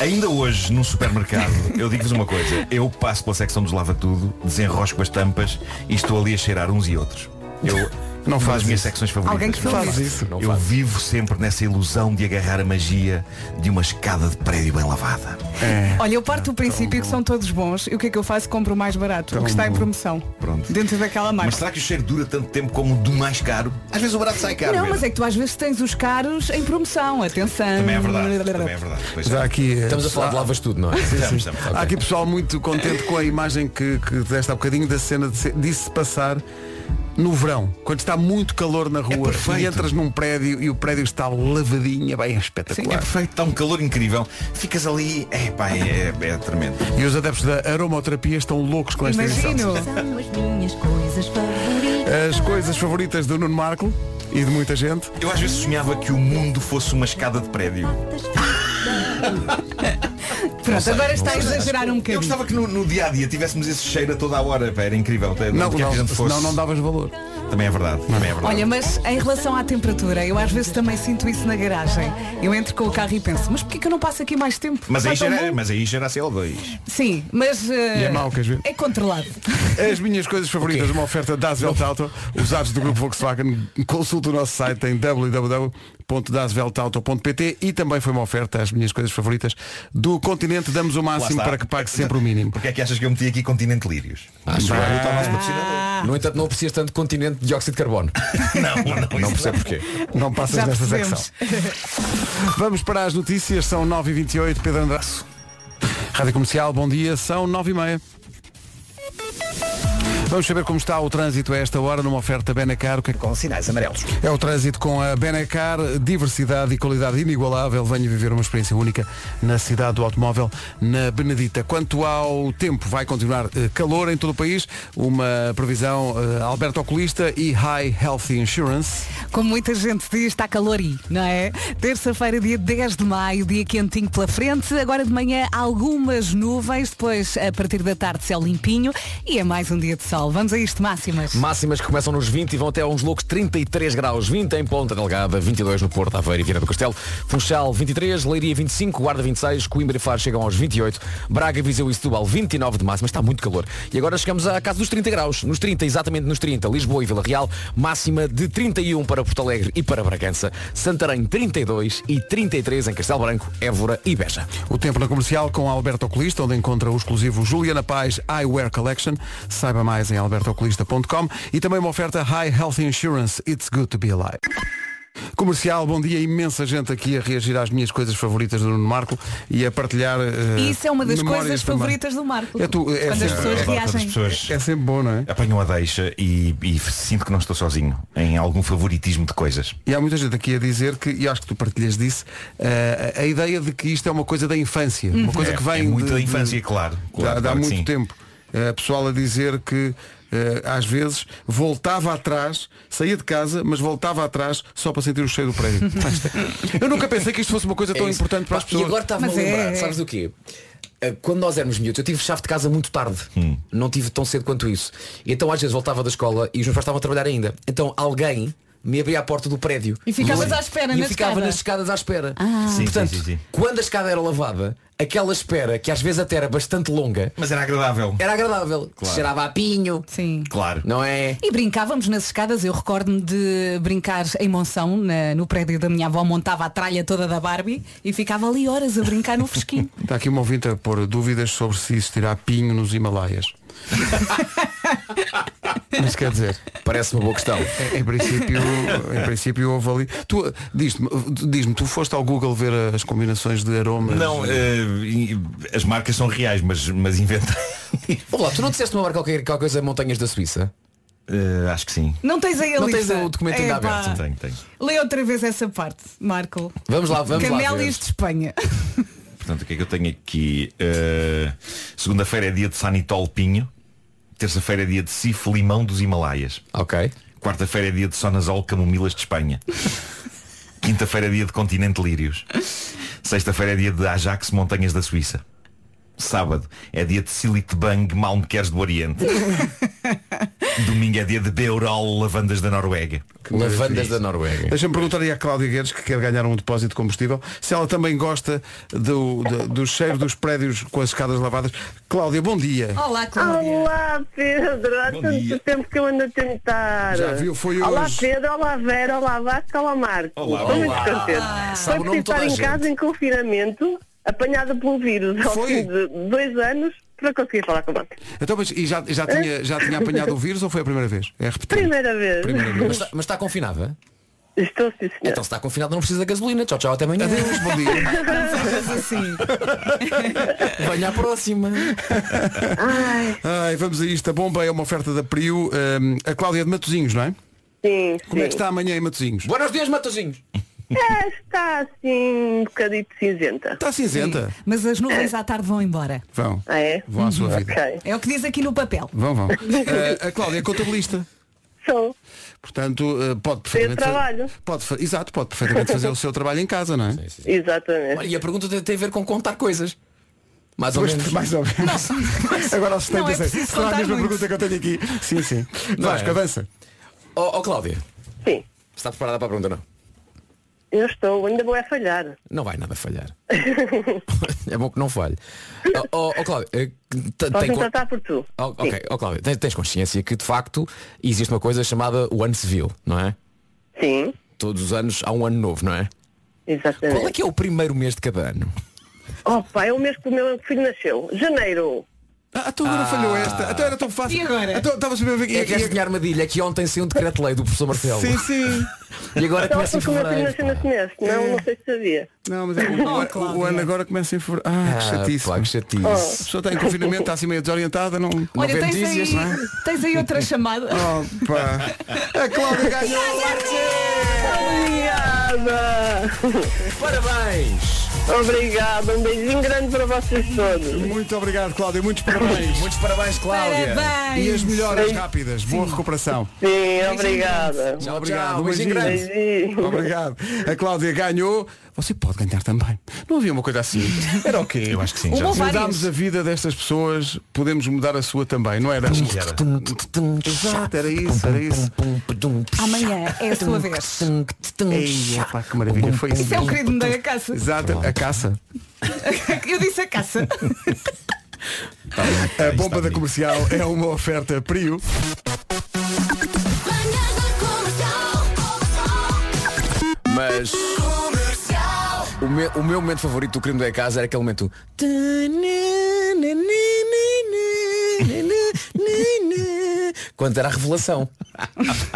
Speaker 7: Ainda hoje, num supermercado, eu digo-vos uma coisa. Eu passo pela secção dos lava-tudo, desenrosco as tampas e estou ali a cheirar uns e outros. Eu
Speaker 1: Não
Speaker 7: não
Speaker 1: faz
Speaker 7: faço as minhas
Speaker 1: isso.
Speaker 7: secções favoritas.
Speaker 2: Alguém que filme
Speaker 1: Faz isso.
Speaker 6: Não
Speaker 7: eu
Speaker 6: faz.
Speaker 7: vivo sempre nessa ilusão de agarrar a magia de uma escada de prédio bem lavada.
Speaker 1: É.
Speaker 2: Olha, eu
Speaker 7: Ah,
Speaker 2: parto do
Speaker 7: tá
Speaker 2: princípio que são todos bons e o que é que eu faço? Compro o mais barato, o que está em promoção.
Speaker 7: Então, Pronto.
Speaker 2: Dentro daquela
Speaker 7: Mas
Speaker 2: marca.
Speaker 7: será que o cheiro dura tanto tempo como o do mais caro? Às vezes o barato sai caro.
Speaker 2: Não,
Speaker 7: mesmo.
Speaker 2: mas é que tu às vezes tens os caros em promoção, atenção.
Speaker 7: Também é verdade. Também é verdade. Pois é.
Speaker 1: Já aqui, eh,
Speaker 6: Estamos a falar de lavas tudo, não é?
Speaker 7: Estamos, estamos.
Speaker 1: Há aqui pessoal muito contente com a imagem que, que deste há bocadinho da cena de se- disso se passar no verão, quando está muito calor na rua e
Speaker 7: É perfeito.
Speaker 1: entras num prédio e o prédio está lavadinho, é bem
Speaker 7: É
Speaker 1: espetacular.
Speaker 7: perfeito, está um calor incrível. Ficas ali, é pá, é, é tremendo.
Speaker 1: e os adeptos da aromoterapia estão loucos com esta edição.
Speaker 2: Imagino.
Speaker 10: São as minhas coisas favoritas.
Speaker 1: As coisas favoritas do Nuno Marco e de muita gente.
Speaker 7: Eu às vezes sonhava que o mundo fosse uma escada de prédio.
Speaker 2: Pronto, agora está a exagerar
Speaker 7: Eu
Speaker 2: um bocadinho.
Speaker 7: gostava que no, dia a dia tivéssemos esse cheiro a toda a hora, pá, era incrível. Até
Speaker 1: Não,
Speaker 7: onde quer que a gente
Speaker 1: não,
Speaker 7: fosse.
Speaker 1: não, não davas valor.
Speaker 7: Também é verdade, também é verdade.
Speaker 2: Olha, mas em relação à temperatura, eu às vezes também sinto isso na garagem. Eu entro com o carro e penso, mas porquê que eu não passo aqui mais tempo?
Speaker 7: mas, aí é,
Speaker 2: Está tão
Speaker 7: cheira,
Speaker 2: um bom.
Speaker 7: mas aí cheira a CO2.
Speaker 2: Sim, mas.
Speaker 1: E é mau, queres ver?
Speaker 2: É controlado.
Speaker 1: As minhas coisas favoritas, uma oferta da Welt Auto, usados do grupo Volkswagen, consulta o nosso site em www.dasveltauto.pt e também foi uma oferta às minhas coisas favoritas do continente, damos o máximo
Speaker 7: está.
Speaker 1: para que pague sempre o mínimo.
Speaker 7: Porque é que achas que eu meti aqui continente lírios?
Speaker 6: Acho
Speaker 2: Ah.
Speaker 7: Vai,
Speaker 6: bem.
Speaker 7: está o nosso patrocinador.
Speaker 6: No entanto, não aprecias tanto continente de dióxido de carbono.
Speaker 7: Não, não, não percebo porquê.
Speaker 1: Não passas
Speaker 2: Já
Speaker 1: desta
Speaker 2: percebemos.
Speaker 1: secção. Vamos para as notícias, são 9h28, Pedro Andraço. Rádio Comercial, bom dia, são 9h30. Vamos saber como está o trânsito a esta hora numa oferta Benacar. O que é que
Speaker 3: Com sinais amarelos.
Speaker 1: É o trânsito com a Benacar, diversidade e qualidade inigualável. Venha viver uma experiência única na cidade do automóvel, na Benedita. Quanto ao tempo, vai continuar eh, calor em todo o país. Uma previsão eh, Alberto Oculista e High Healthy Insurance.
Speaker 2: Como muita gente diz, está calor aí, não é? Terça-feira, dia 10 de maio, dia quentinho pela frente. Agora de manhã, algumas nuvens. Depois, a partir da tarde, céu limpinho. E é mais um dia de sol. sol. Vamos a isto, máximas.
Speaker 6: Máximas que começam nos 20 e vão até uns loucos 33 graus. 20 em Ponta Delgada, 22 no Porto, Aveiro e Vieira do Castelo. Funchal 23, Leiria 25, Guarda 26, Coimbra e Faro chegam aos 28, Braga, Viseu e Setúbal 29 de máxima. Está muito calor. E agora chegamos à casa dos 30 graus. Nos 30, exatamente nos 30, Lisboa e Vila Real, máxima de 31 para Porto Alegre e para Bragança. Santarém 32 e 33 em Castelo Branco, Évora e Beja.
Speaker 1: O tempo na comercial com Alberto Oculista, onde encontra o exclusivo Juliana Paz Eyewear Collection. Saiba mais em albertooculista.com e também uma oferta High Health Insurance. It's good to be alive. Comercial, bom dia, imensa gente aqui a reagir às minhas coisas favoritas do Nuno Marco e a partilhar. eh,
Speaker 2: E Isso é uma das
Speaker 1: memórias
Speaker 2: coisas
Speaker 1: também.
Speaker 2: favoritas do Marco.
Speaker 1: É tu- é
Speaker 2: quando as
Speaker 1: sempre-
Speaker 2: pessoas
Speaker 1: é-
Speaker 7: Adoro quando as
Speaker 2: reagem.
Speaker 7: pessoas
Speaker 1: É sempre bom, não é?
Speaker 7: apanham a deixa e, e sinto que não estou sozinho em algum favoritismo de coisas.
Speaker 1: E há muita gente aqui a dizer que, e acho que tu partilhas disso, eh, a a ideia de que isto é uma coisa da infância,
Speaker 2: Uhum.
Speaker 1: uma coisa
Speaker 7: É,
Speaker 1: que vem
Speaker 7: é muito
Speaker 1: de-
Speaker 7: da
Speaker 1: de-
Speaker 7: infância, claro.
Speaker 1: dá,
Speaker 7: claro,
Speaker 1: dá
Speaker 7: claro que
Speaker 1: muito
Speaker 7: sim.
Speaker 1: tempo. É, A pessoal a dizer que eh, às vezes voltava atrás, saía de casa, mas voltava atrás só para sentir o cheiro do prédio. Eu nunca pensei que isto fosse uma coisa tão
Speaker 6: É isso.
Speaker 1: importante para as
Speaker 7: Ah,
Speaker 6: Pá,
Speaker 1: pessoas.
Speaker 6: E agora estava-me a
Speaker 2: Mas é,
Speaker 6: lembrar,
Speaker 2: é.
Speaker 6: sabes do quê? Uh, Quando nós éramos miúdos, eu tive chave de casa muito tarde. Não tive tão cedo quanto isso. E então às vezes voltava da escola e os meus pais estavam a trabalhar ainda. Então alguém me abria a porta do prédio.
Speaker 2: E ficavas
Speaker 6: eu-
Speaker 2: à espera
Speaker 6: e
Speaker 2: na
Speaker 6: eu ficava
Speaker 2: escada.
Speaker 6: nas escadas à espera.
Speaker 7: Sim,
Speaker 6: Portanto,
Speaker 7: sim, sim, sim.
Speaker 6: quando a escada era lavada, aquela espera, que às vezes até era bastante longa,
Speaker 7: Mas era agradável.
Speaker 6: era agradável. Cheirava a pinho.
Speaker 2: Sim.
Speaker 7: Claro.
Speaker 6: Não é?
Speaker 2: E brincávamos nas escadas, eu recordo-me de brincar em Monção, na- no prédio da minha avó, montava a tralha toda da Barbie e ficava ali horas a brincar no fresquinho.
Speaker 1: Está aqui uma ouvinte a pôr dúvidas sobre se existirá pinho nos Himalaias. mas quer dizer,
Speaker 6: Parece uma boa
Speaker 7: Então.
Speaker 6: questão.
Speaker 1: em princípio, em princípio houve ali. Tu diz-me, diz-me, tu foste ao Google ver as combinações de aromas.
Speaker 7: Não, eh, as marcas são reais, mas, mas inventei.
Speaker 6: Olá, tu não disseste uma marca qualquer, qualquer coisa montanhas da Suíça?
Speaker 7: Eh, acho que sim.
Speaker 2: Não tens aí a
Speaker 6: Não tens
Speaker 2: lista?
Speaker 6: o documento ainda
Speaker 2: Epá.
Speaker 6: aberto.
Speaker 7: Ah. Tenho, tenho.
Speaker 2: Lê outra vez essa parte, Marco.
Speaker 6: Vamos lá, vamos lá. ver.
Speaker 2: Camélias de Espanha.
Speaker 7: Portanto, o que é que eu tenho aqui? Eh, Segunda-feira é dia de Sanitol Pinho. Terça-feira é dia de Cif Limão dos Himalaias.
Speaker 6: Ok.
Speaker 7: Quarta-feira é dia de Sonazol Camomilas de Espanha. Quinta-feira é dia de Continente Lírios. Sexta-feira é dia de Ajax Montanhas da Suíça. Sábado é dia de Silitbang Malmequeres do Oriente. Domingo é dia de Beurol Lavandas da Noruega.
Speaker 6: Lavandas da Noruega.
Speaker 1: Deixa-me perguntar aí à Cláudia Guedes, que quer ganhar um depósito de combustível, se ela também gosta do, do, do cheiro dos prédios com as escadas lavadas. Cláudia, bom dia.
Speaker 2: Olá, Cláudia.
Speaker 11: Olá Pedro, há
Speaker 7: Bom
Speaker 11: tanto
Speaker 7: dia.
Speaker 11: tempo que eu ando a tentar.
Speaker 1: Já viu, foi
Speaker 11: olá
Speaker 1: hoje.
Speaker 11: Pedro, olá Vera, olá Vasco, olá Marco. é
Speaker 7: Olá,
Speaker 11: Estou muito
Speaker 7: olá.
Speaker 11: contente.
Speaker 6: Sabe o
Speaker 11: Foi por
Speaker 6: nome de toda
Speaker 11: estar
Speaker 6: a
Speaker 11: em
Speaker 6: gente.
Speaker 11: casa em confinamento, apanhada pelo vírus ao
Speaker 1: Foi?
Speaker 11: fim de dois anos, para conseguir falar com você.
Speaker 1: Então, mas, e já, já, tinha, já tinha apanhado o vírus ou foi a primeira vez? É repetido.
Speaker 11: Primeira vez.
Speaker 1: Primeira
Speaker 6: Mas
Speaker 1: vez.
Speaker 6: está, mas está confinada?
Speaker 11: Estou sim senhor.
Speaker 6: Então se está confinada não precisa da gasolina. Tchau, tchau, até amanhã.
Speaker 1: Adeus, bom dia.
Speaker 2: Mas assim,
Speaker 6: Venha à próxima.
Speaker 1: Ai, vamos a isto. A bomba é uma oferta da Priu. Hum, a Cláudia é de Matozinhos, não é?
Speaker 11: sim,
Speaker 1: Como
Speaker 11: sim.
Speaker 1: é que está amanhã em Matozinhos?
Speaker 6: Buenos dias, Matozinhos.
Speaker 11: É, está assim um bocadito cinzenta.
Speaker 1: Está cinzenta.
Speaker 2: mas as nuvens à tarde vão embora.
Speaker 1: Vão.
Speaker 11: Ah, é?
Speaker 1: Vão Tá. à sua vida.
Speaker 11: Ok.
Speaker 2: É o que diz aqui no papel.
Speaker 1: Vão, vão. Eh, a Cláudia é contabilista.
Speaker 11: Sou.
Speaker 1: Portanto, eh, pode perfeitamente. fa-
Speaker 11: trabalho.
Speaker 1: Pode, fa- exato, pode perfeitamente fazer o seu trabalho em casa, não é?
Speaker 11: Exatamente.
Speaker 6: Olha, e a pergunta tem, tem a ver com contar coisas. Mais ou
Speaker 1: Pois,
Speaker 6: menos.
Speaker 1: mais ou menos. Agora aos 70
Speaker 2: Não é
Speaker 1: sei.
Speaker 2: preciso
Speaker 1: Será a
Speaker 2: contar
Speaker 1: mesma
Speaker 2: muito.
Speaker 1: pergunta que eu tenho aqui? Sim, sim.
Speaker 6: Não
Speaker 1: Vasco,
Speaker 6: é?
Speaker 1: avança.
Speaker 6: Oh, oh, Cláudia,
Speaker 11: Sim.
Speaker 6: está preparada para a pergunta, não?
Speaker 11: Eu estou, ainda vou é falhar.
Speaker 6: Não vai nada falhar. é bom que não falhe. Oh, oh, oh Cláudia, eh, t-
Speaker 11: Posso
Speaker 6: tem
Speaker 11: me
Speaker 6: con-
Speaker 11: tratar por tu.
Speaker 6: Oh, ok, oh, Cláudia, tens, tens consciência que de facto existe uma coisa chamada o ano civil, não é?
Speaker 11: Sim,
Speaker 6: Todos os anos há um ano novo, não é?
Speaker 11: exatamente.
Speaker 6: Qual é que é o primeiro mês de cada ano?
Speaker 11: Opa, é o mês que o meu filho nasceu. Janeiro.
Speaker 1: Ah, então agora falhou esta. Então era tão fácil.
Speaker 2: E agora?
Speaker 1: Então estavas mesmo aqui.
Speaker 6: É que esta minha armadilha é que ontem saiu um decreto-lei do professor Marcelo.
Speaker 1: Sim, sim.
Speaker 6: E agora
Speaker 11: Só
Speaker 6: começa em
Speaker 11: porque o meu filho
Speaker 6: fevereiro.
Speaker 11: nasceu nesse mês. Não, não sei se sabia.
Speaker 1: Não, mas é,
Speaker 2: Oh,
Speaker 1: o, o- o ano agora começa em fevereiro. Ah, que chatice.
Speaker 6: pá, que
Speaker 1: A
Speaker 6: chatice.
Speaker 1: pessoa está em confinamento, está assim meio desorientada, não.
Speaker 2: Olha, tens
Speaker 6: notícias,
Speaker 2: aí,
Speaker 6: não
Speaker 2: tens aí outra chamada. Tá
Speaker 1: Opa! A Cláudia ganhou!
Speaker 11: Obrigada!
Speaker 6: Parabéns!
Speaker 11: Obrigada, um beijinho grande para vocês todos.
Speaker 1: Muito obrigado, Cláudia, muitos parabéns!
Speaker 6: Muitos parabéns, Cláudia!
Speaker 1: E
Speaker 2: Parabéns!
Speaker 1: as melhoras rápidas, boa recuperação.
Speaker 11: Sim, obrigada.
Speaker 6: Tchau,
Speaker 1: Obrigado,
Speaker 6: tchau,
Speaker 1: um
Speaker 6: beijinho
Speaker 1: beijinho.
Speaker 6: grande.
Speaker 11: Beijinho.
Speaker 1: Obrigado. A Cláudia ganhou. Você pode ganhar também. Não havia uma coisa assim. Era o quê? Eu
Speaker 7: acho que sim,
Speaker 1: Se
Speaker 7: já sei.
Speaker 1: mudarmos a vida destas pessoas, podemos mudar a sua também, não era? Exato, era isso, era isso.
Speaker 2: Amanhã é a sua vez.
Speaker 1: Ei, epá, que maravilha, foi isso.
Speaker 2: Isso é o querido me dei a caça.
Speaker 1: Exato, a caça.
Speaker 2: Eu disse a caça.
Speaker 1: A bomba da comercial é uma oferta Prio.
Speaker 6: Mas o meu, o meu momento favorito do crime da casa era aquele momento. Quando era a revelação.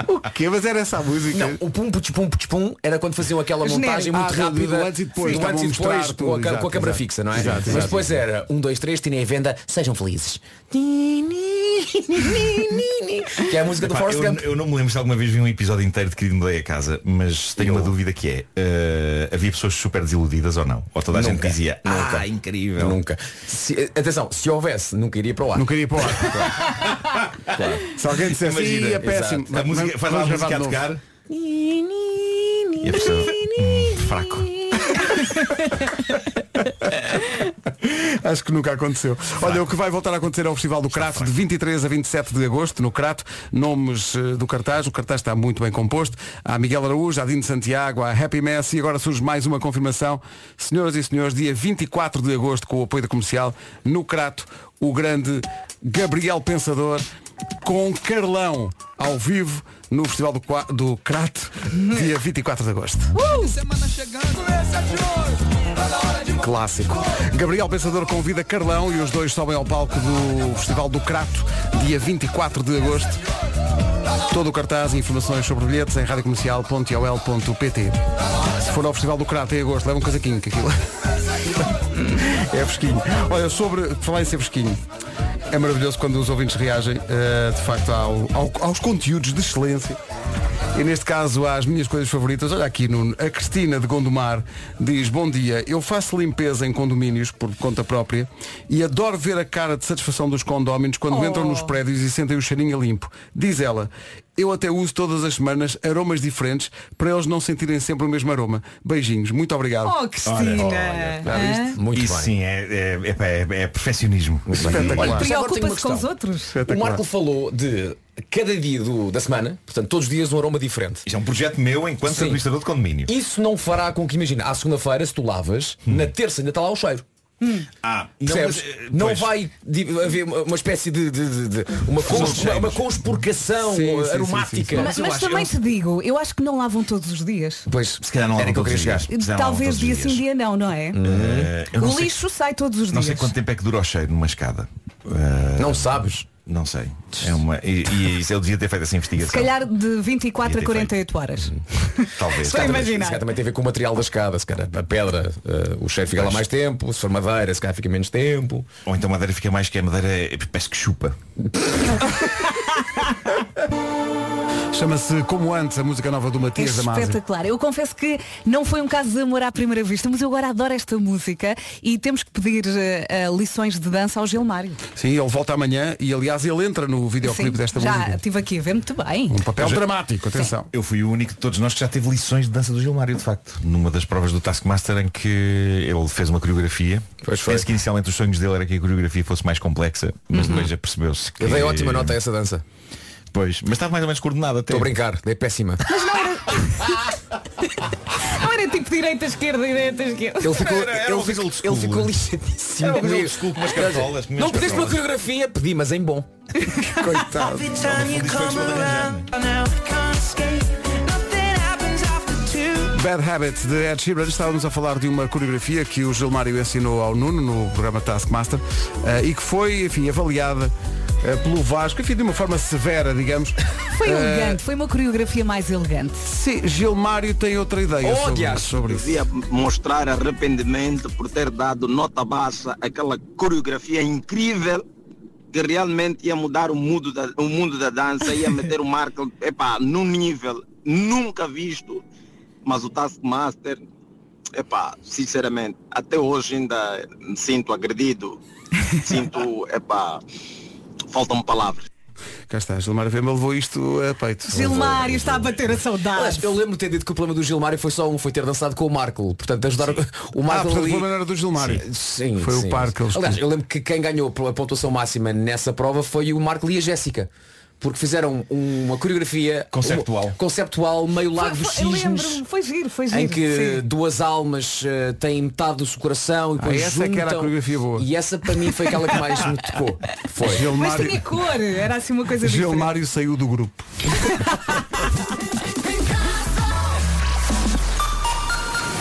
Speaker 1: o quê? Mas era essa a música?
Speaker 6: Não, o pum pum pum pum pum era quando faziam aquela
Speaker 1: Genérico.
Speaker 6: montagem muito
Speaker 1: Ah, do-
Speaker 6: rápida
Speaker 1: do antes e depois,
Speaker 6: do
Speaker 1: estavam
Speaker 6: antes e
Speaker 1: a mostrar
Speaker 6: depois,
Speaker 1: tudo,
Speaker 6: com, a, ca-
Speaker 1: exato,
Speaker 6: com a câmara
Speaker 1: exato.
Speaker 6: fixa, não é?
Speaker 1: Exato,
Speaker 6: Mas
Speaker 1: exato,
Speaker 6: depois era um dois três tirem em venda, sejam felizes. Que é a música do
Speaker 7: Epá,
Speaker 6: Forrest
Speaker 7: eu,
Speaker 6: Gump.
Speaker 7: eu não me lembro se alguma vez vi um episódio inteiro de Querido Mudei a Casa, mas tenho uma dúvida que é, eh, havia pessoas super desiludidas ou não? Ou toda a gente
Speaker 6: Nunca.
Speaker 7: dizia,
Speaker 6: Nunca.
Speaker 7: ah, incrível.
Speaker 6: Nunca. Se- atenção, se houvesse, nunca iria para o ar.
Speaker 1: Nunca iria para o ar. Se alguém dissesse,
Speaker 7: Imagina.
Speaker 1: "Ih, é péssimo.
Speaker 7: Exato. A música, faz lá a
Speaker 1: Vamos
Speaker 7: música a
Speaker 1: gravar de
Speaker 7: tocar.
Speaker 1: novo.
Speaker 7: E a pessoa, hum, fraco.
Speaker 1: Acho que nunca aconteceu. Olha, o que vai voltar a acontecer é o Festival do Crato, de 23 a 27 de agosto, no Crato. Nomes eh, do cartaz. O cartaz está muito bem composto. Há Miguel Araújo, há Dino Santiago, há Happy Mess e agora surge mais uma confirmação. Senhoras e senhores, dia 24 de agosto, com o apoio da comercial, no Crato, o grande Gabriel Pensador com Carlão ao vivo no Festival do, Qua- do Crato, dia 24 de agosto.
Speaker 12: Semana chegando, esse é de hoje. Tá na hora de
Speaker 1: um Clássico. Gabriel Pensador convida Carlão e os dois sobem ao palco do Festival do Crato, dia 24 de agosto. Todo o cartaz e informações sobre bilhetes em radiocomercial.ol.pt Se for ao Festival do Crato em agosto, leva um casaquinho, que aquilo é fresquinho. Olha, sobre falar em ser fresquinho, é maravilhoso quando os ouvintes reagem, eh, de facto, ao- ao- aos conteúdos de excelência. E neste caso às minhas coisas favoritas, olha aqui Nuno, a Cristina de Gondomar diz, bom dia, eu faço limpeza em condomínios por conta própria e adoro ver a cara de satisfação dos condóminos quando
Speaker 12: Oh.
Speaker 1: entram nos prédios e sentem o cheirinho a limpo. Diz ela, eu até uso todas as semanas aromas diferentes para eles não sentirem sempre o mesmo aroma. Beijinhos, muito obrigado.
Speaker 2: Oh, Cristina.
Speaker 1: já viste?
Speaker 6: Muito
Speaker 7: Isso
Speaker 6: bem.
Speaker 7: sim, é, é, epá, é, é perfeccionismo.
Speaker 6: Olha,
Speaker 7: Espetacular.
Speaker 6: já agora tenho uma
Speaker 2: Ah, Preocupa-se com
Speaker 6: questão.
Speaker 2: os outros.
Speaker 6: O Marco falou de cada dia do- da semana, portanto, todos os dias um aroma diferente.
Speaker 7: Isto é um projeto meu enquanto
Speaker 6: Sim.
Speaker 7: administrador de condomínio.
Speaker 6: Isso não fará com que, imagina, à segunda-feira, se tu lavas, na terça ainda está lá o cheiro.
Speaker 7: Hum.
Speaker 2: Hum.
Speaker 7: Ah, não, mas,
Speaker 6: Percebes?
Speaker 7: eh,
Speaker 6: Não,
Speaker 7: pois.
Speaker 6: vai di- haver uma uma espécie de, de- de- de- uma, cons- uma, uma conspurcação eh,
Speaker 7: Sim, sim, sim, sim, sim.
Speaker 6: aromática.
Speaker 2: Mas, mas também te digo, eu acho que não lavam todos os dias.
Speaker 6: Pois,
Speaker 7: se calhar não
Speaker 6: Era
Speaker 7: lavam
Speaker 6: é que eu
Speaker 7: todos
Speaker 6: queria
Speaker 7: os
Speaker 6: chegar.
Speaker 7: dias. Se calhar não
Speaker 2: Talvez
Speaker 7: lavam todos os
Speaker 2: dia
Speaker 7: dias.
Speaker 2: sim, dia não, não é?
Speaker 7: Eh, eu não
Speaker 2: O
Speaker 7: sei-
Speaker 2: lixo sai todos os
Speaker 7: Não
Speaker 2: dias.
Speaker 7: sei quanto tempo é que dura o cheiro numa escada.
Speaker 6: não sabes?
Speaker 7: Não sei. É uma... e, e isso eu devia ter feito essa
Speaker 2: Se
Speaker 7: investigação.
Speaker 2: calhar de 24 a
Speaker 7: Devia ter
Speaker 2: 48 horas.
Speaker 7: Talvez.
Speaker 6: Se calhar também-
Speaker 2: imaginar.
Speaker 6: se calhar também tem a ver com o material da escada, se calhar a pedra, eh, o cheiro fica lá mais tempo, se for madeira, se calhar fica menos tempo.
Speaker 7: Ou então madeira fica mais que a madeira é- parece que chupa.
Speaker 1: Chama-se Como Antes, a música nova do
Speaker 2: É
Speaker 1: Matias Damasio.
Speaker 2: espetacular. Eu confesso que não foi um caso de amor à primeira vista, mas eu agora adoro esta música e temos que pedir eh, eh, lições de dança ao Gilmário.
Speaker 1: Sim, ele volta amanhã e aliás ele entra no videoclipe
Speaker 2: Sim,
Speaker 1: desta
Speaker 2: já
Speaker 1: música.
Speaker 2: estive aqui a ver muito bem.
Speaker 1: Um papel dramático, atenção.
Speaker 7: Eu fui o único de todos nós que já teve lições de dança do Gilmário, de facto. Numa das provas do Taskmaster em que ele fez uma coreografia. Penso que inicialmente os sonhos dele era que a coreografia fosse mais complexa, mas depois já percebeu-se que.
Speaker 6: Eu dei ótima nota a essa dança.
Speaker 7: Pois, mas estava mais ou menos coordenada até.
Speaker 6: Estou a brincar, dei péssima.
Speaker 2: Não era tipo direita, esquerda, direita, esquerda.
Speaker 6: Ele ficou,
Speaker 7: Era- era um
Speaker 6: ele ficou,
Speaker 7: visual de school.
Speaker 6: ele ficou lixadíssimo.
Speaker 1: É
Speaker 7: Era um visual de school com umas cartolas, com umas
Speaker 6: Não pediste uma
Speaker 7: cartolas.
Speaker 6: coreografia? Pedi, mas em bom.
Speaker 1: Coitado. Bad Habits de Ed Sheeran. Estávamos a falar de uma coreografia que o Gilmário ensinou ao Nuno no programa Taskmaster eh, e que foi, enfim, avaliada eh, pelo Vasco, enfim, de uma forma severa, digamos.
Speaker 2: Foi
Speaker 1: Eh,
Speaker 2: elegante, foi uma coreografia mais elegante.
Speaker 1: Sim, Gilmário tem outra ideia
Speaker 13: Oh,
Speaker 1: sobre,
Speaker 13: diacho.
Speaker 1: sobre isso.
Speaker 13: Devia mostrar arrependimento por ter dado nota baixa àquela coreografia incrível que realmente ia mudar o mundo da, o mundo da dança, ia meter o Marco epá, num nível nunca visto, mas o Taskmaster, epá, sinceramente, até hoje ainda me sinto agredido, sinto, epá, faltam palavras.
Speaker 1: Cá está, Gilmar Vemba levou isto a peito.
Speaker 2: Gilmário está a bater a saudade.
Speaker 6: Aliás, eu lembro de ter dito que é o problema do Gilmário foi só um, foi ter dançado com o Marco. Portanto, ajudar o- o
Speaker 1: Ah,
Speaker 6: Marco.
Speaker 1: portanto, o
Speaker 6: ali-
Speaker 1: problema era do Gilmário.
Speaker 6: Sim,
Speaker 1: Foi o
Speaker 6: sim,
Speaker 1: par
Speaker 6: sim.
Speaker 1: que eles-
Speaker 6: Aliás, eu lembro que quem ganhou pela pontuação máxima nessa prova foi o Marco e a Jéssica. Porque fizeram uma coreografia
Speaker 7: Conceptual.
Speaker 6: uma- conceptual meio
Speaker 2: Foi-
Speaker 6: lago dos
Speaker 2: foi- eu
Speaker 6: cisnes.
Speaker 2: lembro-me, foi giro, foi giro.
Speaker 6: Em que
Speaker 2: sim.
Speaker 6: duas almas eh, têm metade do seu coração e
Speaker 1: Ah,
Speaker 6: depois
Speaker 1: essa é que era a
Speaker 6: juntam.
Speaker 1: coreografia boa.
Speaker 6: E essa para mim foi aquela que mais me tocou. Foi.
Speaker 2: Mas
Speaker 1: Gilmário,
Speaker 2: tinha cor, era assim uma coisa diferente.
Speaker 1: Gilmário saiu do grupo.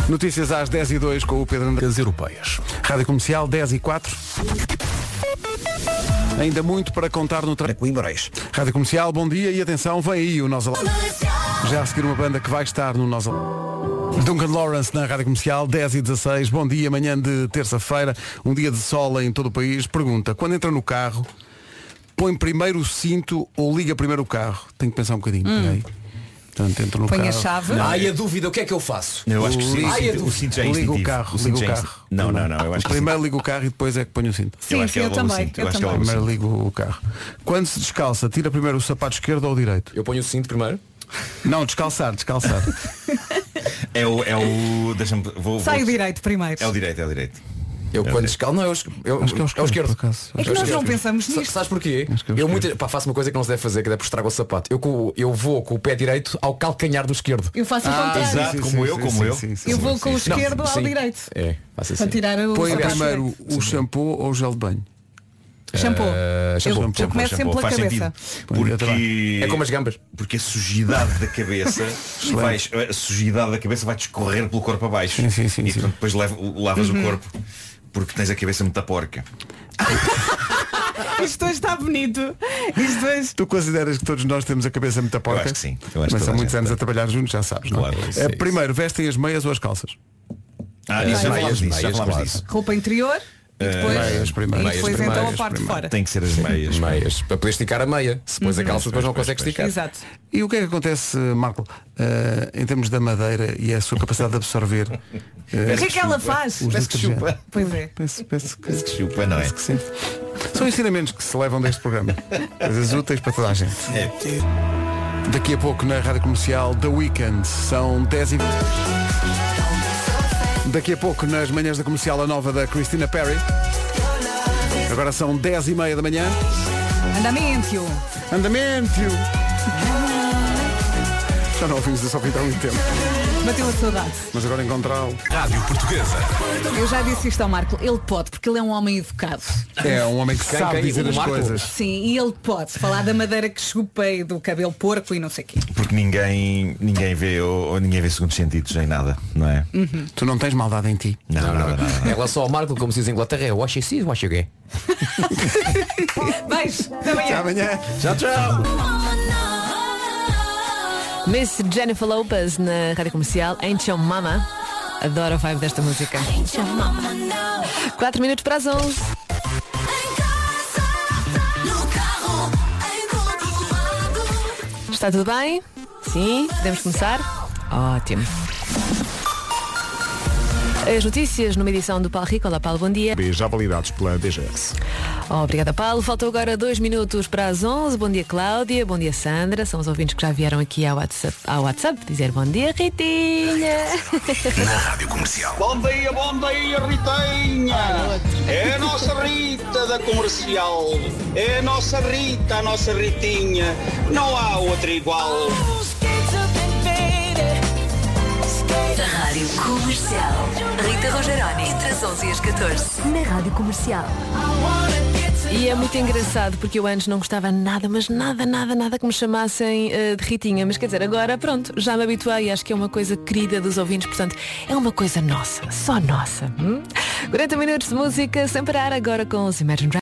Speaker 1: Notícias às 10 e 2 com o Pedro Andrés Europeias. Rádio Comercial 10 e 4. Ainda muito para contar no trabalho.
Speaker 3: Coimbrões.
Speaker 1: Rádio Comercial, bom dia e atenção, vem aí o Nós Alive. Já a seguir uma banda que vai estar no Nós Alive. Duncan Lawrence na Rádio Comercial, 10 e 16. Bom dia, manhã de terça-feira, um dia de sol em todo o país. Pergunta, quando entra no carro, põe primeiro o cinto ou liga primeiro o carro? Tenho que pensar um bocadinho, peraí. Portanto, entro no
Speaker 2: Hum. Põe a
Speaker 1: carro.
Speaker 2: chave.
Speaker 1: Não,
Speaker 6: Ai, a dúvida, o que é que eu faço?
Speaker 7: Eu acho que
Speaker 6: Ai,
Speaker 7: sim,
Speaker 6: a
Speaker 7: o cinto- o
Speaker 6: dúvida.
Speaker 7: cinto já é
Speaker 1: Liga o
Speaker 7: instintivo.
Speaker 1: carro,
Speaker 7: O cinto
Speaker 1: liga o
Speaker 7: já é
Speaker 1: carro.
Speaker 7: instintivo. Não, não, não, eu acho que sim.
Speaker 1: Primeiro ligo o carro e depois é que ponho o cinto.
Speaker 2: Sim,
Speaker 7: acho que
Speaker 2: sim,
Speaker 7: ela
Speaker 2: eu
Speaker 7: levou o
Speaker 2: também.
Speaker 7: cinto, eu
Speaker 2: Eu
Speaker 7: acho que ela
Speaker 2: também.
Speaker 1: Primeiro ligo o carro. Quando se descalça, tira primeiro o sapato esquerdo ou direito?
Speaker 6: Eu ponho o cinto primeiro.
Speaker 1: Não, descalçar, descalçar.
Speaker 7: É o. É o Deixa-me. Vou, vou-
Speaker 2: Sai o direito primeiro.
Speaker 7: É o direito, é o direito.
Speaker 6: Eu quando escalo, não, eu, eu,
Speaker 1: é. Acho que é o esquerdo,
Speaker 6: é o esquerdo.
Speaker 1: por acaso.
Speaker 2: É que nós não pensamos
Speaker 6: Sa-
Speaker 2: nisto.
Speaker 6: Sabes
Speaker 1: que
Speaker 6: porquê?
Speaker 1: é o
Speaker 6: Eu
Speaker 1: esquerdo.
Speaker 6: muita, pá, faço uma coisa que não se deve fazer, que é por estragar o sapato. Eu, co- eu vou com o pé direito ao calcanhar do esquerdo.
Speaker 2: Eu faço o contrário.
Speaker 7: Exato, como eu, como eu.
Speaker 2: Eu vou com o esquerdo
Speaker 6: Não,
Speaker 2: ao
Speaker 6: sim.
Speaker 2: direito.
Speaker 6: É, faço assim.
Speaker 2: Para tirar o
Speaker 1: Põe
Speaker 2: sapato
Speaker 1: primeiro
Speaker 2: direito.
Speaker 1: o shampoo ou o gel de banho?
Speaker 2: Shampoo.
Speaker 6: Eh,
Speaker 2: Eu,
Speaker 6: shampoo,
Speaker 2: eu
Speaker 6: shampoo,
Speaker 2: começo sempre
Speaker 7: Pô,
Speaker 2: pela
Speaker 7: faz
Speaker 2: cabeça.
Speaker 7: sentido.
Speaker 1: Bom dia,
Speaker 7: Porque.
Speaker 6: É como as gambas.
Speaker 7: Porque a sujidade da cabeça vai, a sujidade da cabeça vai escorrer pelo corpo abaixo.
Speaker 1: Sim, sim, sim,
Speaker 7: e
Speaker 1: sim.
Speaker 7: portanto, depois leva- lavas
Speaker 2: Uhum.
Speaker 7: o corpo porque tens a cabeça muito porca.
Speaker 2: Isto hoje está bonito. Isto hoje.
Speaker 1: Tu consideras que todos nós temos a cabeça muito a porca?
Speaker 7: Eu acho que sim. Eu
Speaker 1: Mas
Speaker 7: acho que toda
Speaker 1: há
Speaker 7: a
Speaker 1: muitos
Speaker 7: gente
Speaker 1: anos
Speaker 7: tem.
Speaker 1: a trabalhar juntos, já sabes, não é?
Speaker 7: Claro,
Speaker 1: Eh,
Speaker 7: isso é isso.
Speaker 1: primeiro, vestem as meias ou as calças?
Speaker 7: Ah,
Speaker 2: é
Speaker 6: meias,
Speaker 7: isso já falámos disso,
Speaker 6: meias,
Speaker 7: já falámos
Speaker 6: claro.
Speaker 7: disso.
Speaker 2: Roupa interior e depois,
Speaker 1: meias primeiro.
Speaker 6: Meias
Speaker 2: e depois
Speaker 6: primeiro,
Speaker 2: então a
Speaker 6: meias
Speaker 2: parte de
Speaker 1: primeiro.
Speaker 2: fora.
Speaker 7: Tem que ser as meias.
Speaker 6: Meias. Para poder esticar a meia. Se pôs a calça, depois não consegue esticar.
Speaker 2: Uhum. Exato.
Speaker 1: E o que é que acontece, Marco, eh, em termos da madeira e a sua capacidade de absorver? eh,
Speaker 2: O que é que ela faz?
Speaker 1: Os
Speaker 7: Parece que
Speaker 1: detergentes.
Speaker 7: chupa.
Speaker 2: Pois é.
Speaker 1: Penso, penso que,
Speaker 7: Parece que chupa, não é?
Speaker 1: penso que sim. São ensinamentos que se levam deste programa. Coisas úteis para toda a gente.
Speaker 7: É.
Speaker 1: Daqui a pouco na Rádio Comercial The Weekend são 10 e 20. Daqui a pouco nas manhãs da comercial a nova da Christina Perry. Agora são 10 e meia da manhã.
Speaker 2: Andamento.
Speaker 1: Andamento! Já não ouvimos isso ao fim de há muito tempo.
Speaker 2: Bateu a saudade.
Speaker 1: Mas agora encontrá-lo.
Speaker 2: Eu já disse isto ao Marco. Ele pode, porque ele é um homem educado.
Speaker 1: É um homem que
Speaker 6: Quem,
Speaker 1: sabe
Speaker 6: quem?
Speaker 1: dizer
Speaker 6: O
Speaker 1: as
Speaker 6: Marco?
Speaker 1: coisas.
Speaker 2: Sim, e ele pode falar da madeira que chupa e do cabelo porco e não sei o quê.
Speaker 7: Porque ninguém, ninguém vê ou, ou ninguém vê segundos sentidos em nada, não é?
Speaker 2: Hum.
Speaker 1: Tu não tens maldade em ti.
Speaker 7: Não, não, nada, nada.
Speaker 6: Em relação ao Marco, como se diz em Inglaterra, é wash it, wash it.
Speaker 2: Beijo, até amanhã.
Speaker 1: Até amanhã.
Speaker 6: Tchau, tchau.
Speaker 14: Miss Jennifer Lopez na rádio comercial Ain't Your Mama. Adoro a vibe desta música. 4 minutos para as 11. Está tudo bem? Sim, podemos começar? Ótimo. As notícias numa edição do Paulo Rico. Olá, Paulo, bom dia.
Speaker 15: Já validados pela DGS.
Speaker 14: Obrigada, Paulo. Faltam agora dois minutos para as 11. Bom dia, Cláudia. Bom dia, Sandra. São os ouvintes que já vieram aqui ao WhatsApp, ao WhatsApp dizer bom dia, Ritinha.
Speaker 12: Bom dia, bom dia, Ritinha! É a nossa Rita da comercial. É a nossa Rita, a nossa Ritinha. Não há outra igual.
Speaker 10: Da Rádio Comercial. Rita Rogeroni, entre as 11 e as 14. Na Rádio Comercial.
Speaker 14: E é muito engraçado porque eu antes não gostava nada, mas nada, nada, nada que me chamassem eh, de Ritinha. Mas quer dizer, agora pronto, já me habituei e acho que é uma coisa querida dos ouvintes, portanto é uma coisa nossa, só nossa. hum? 40 minutos de música sem parar agora com os Imagine Dragons.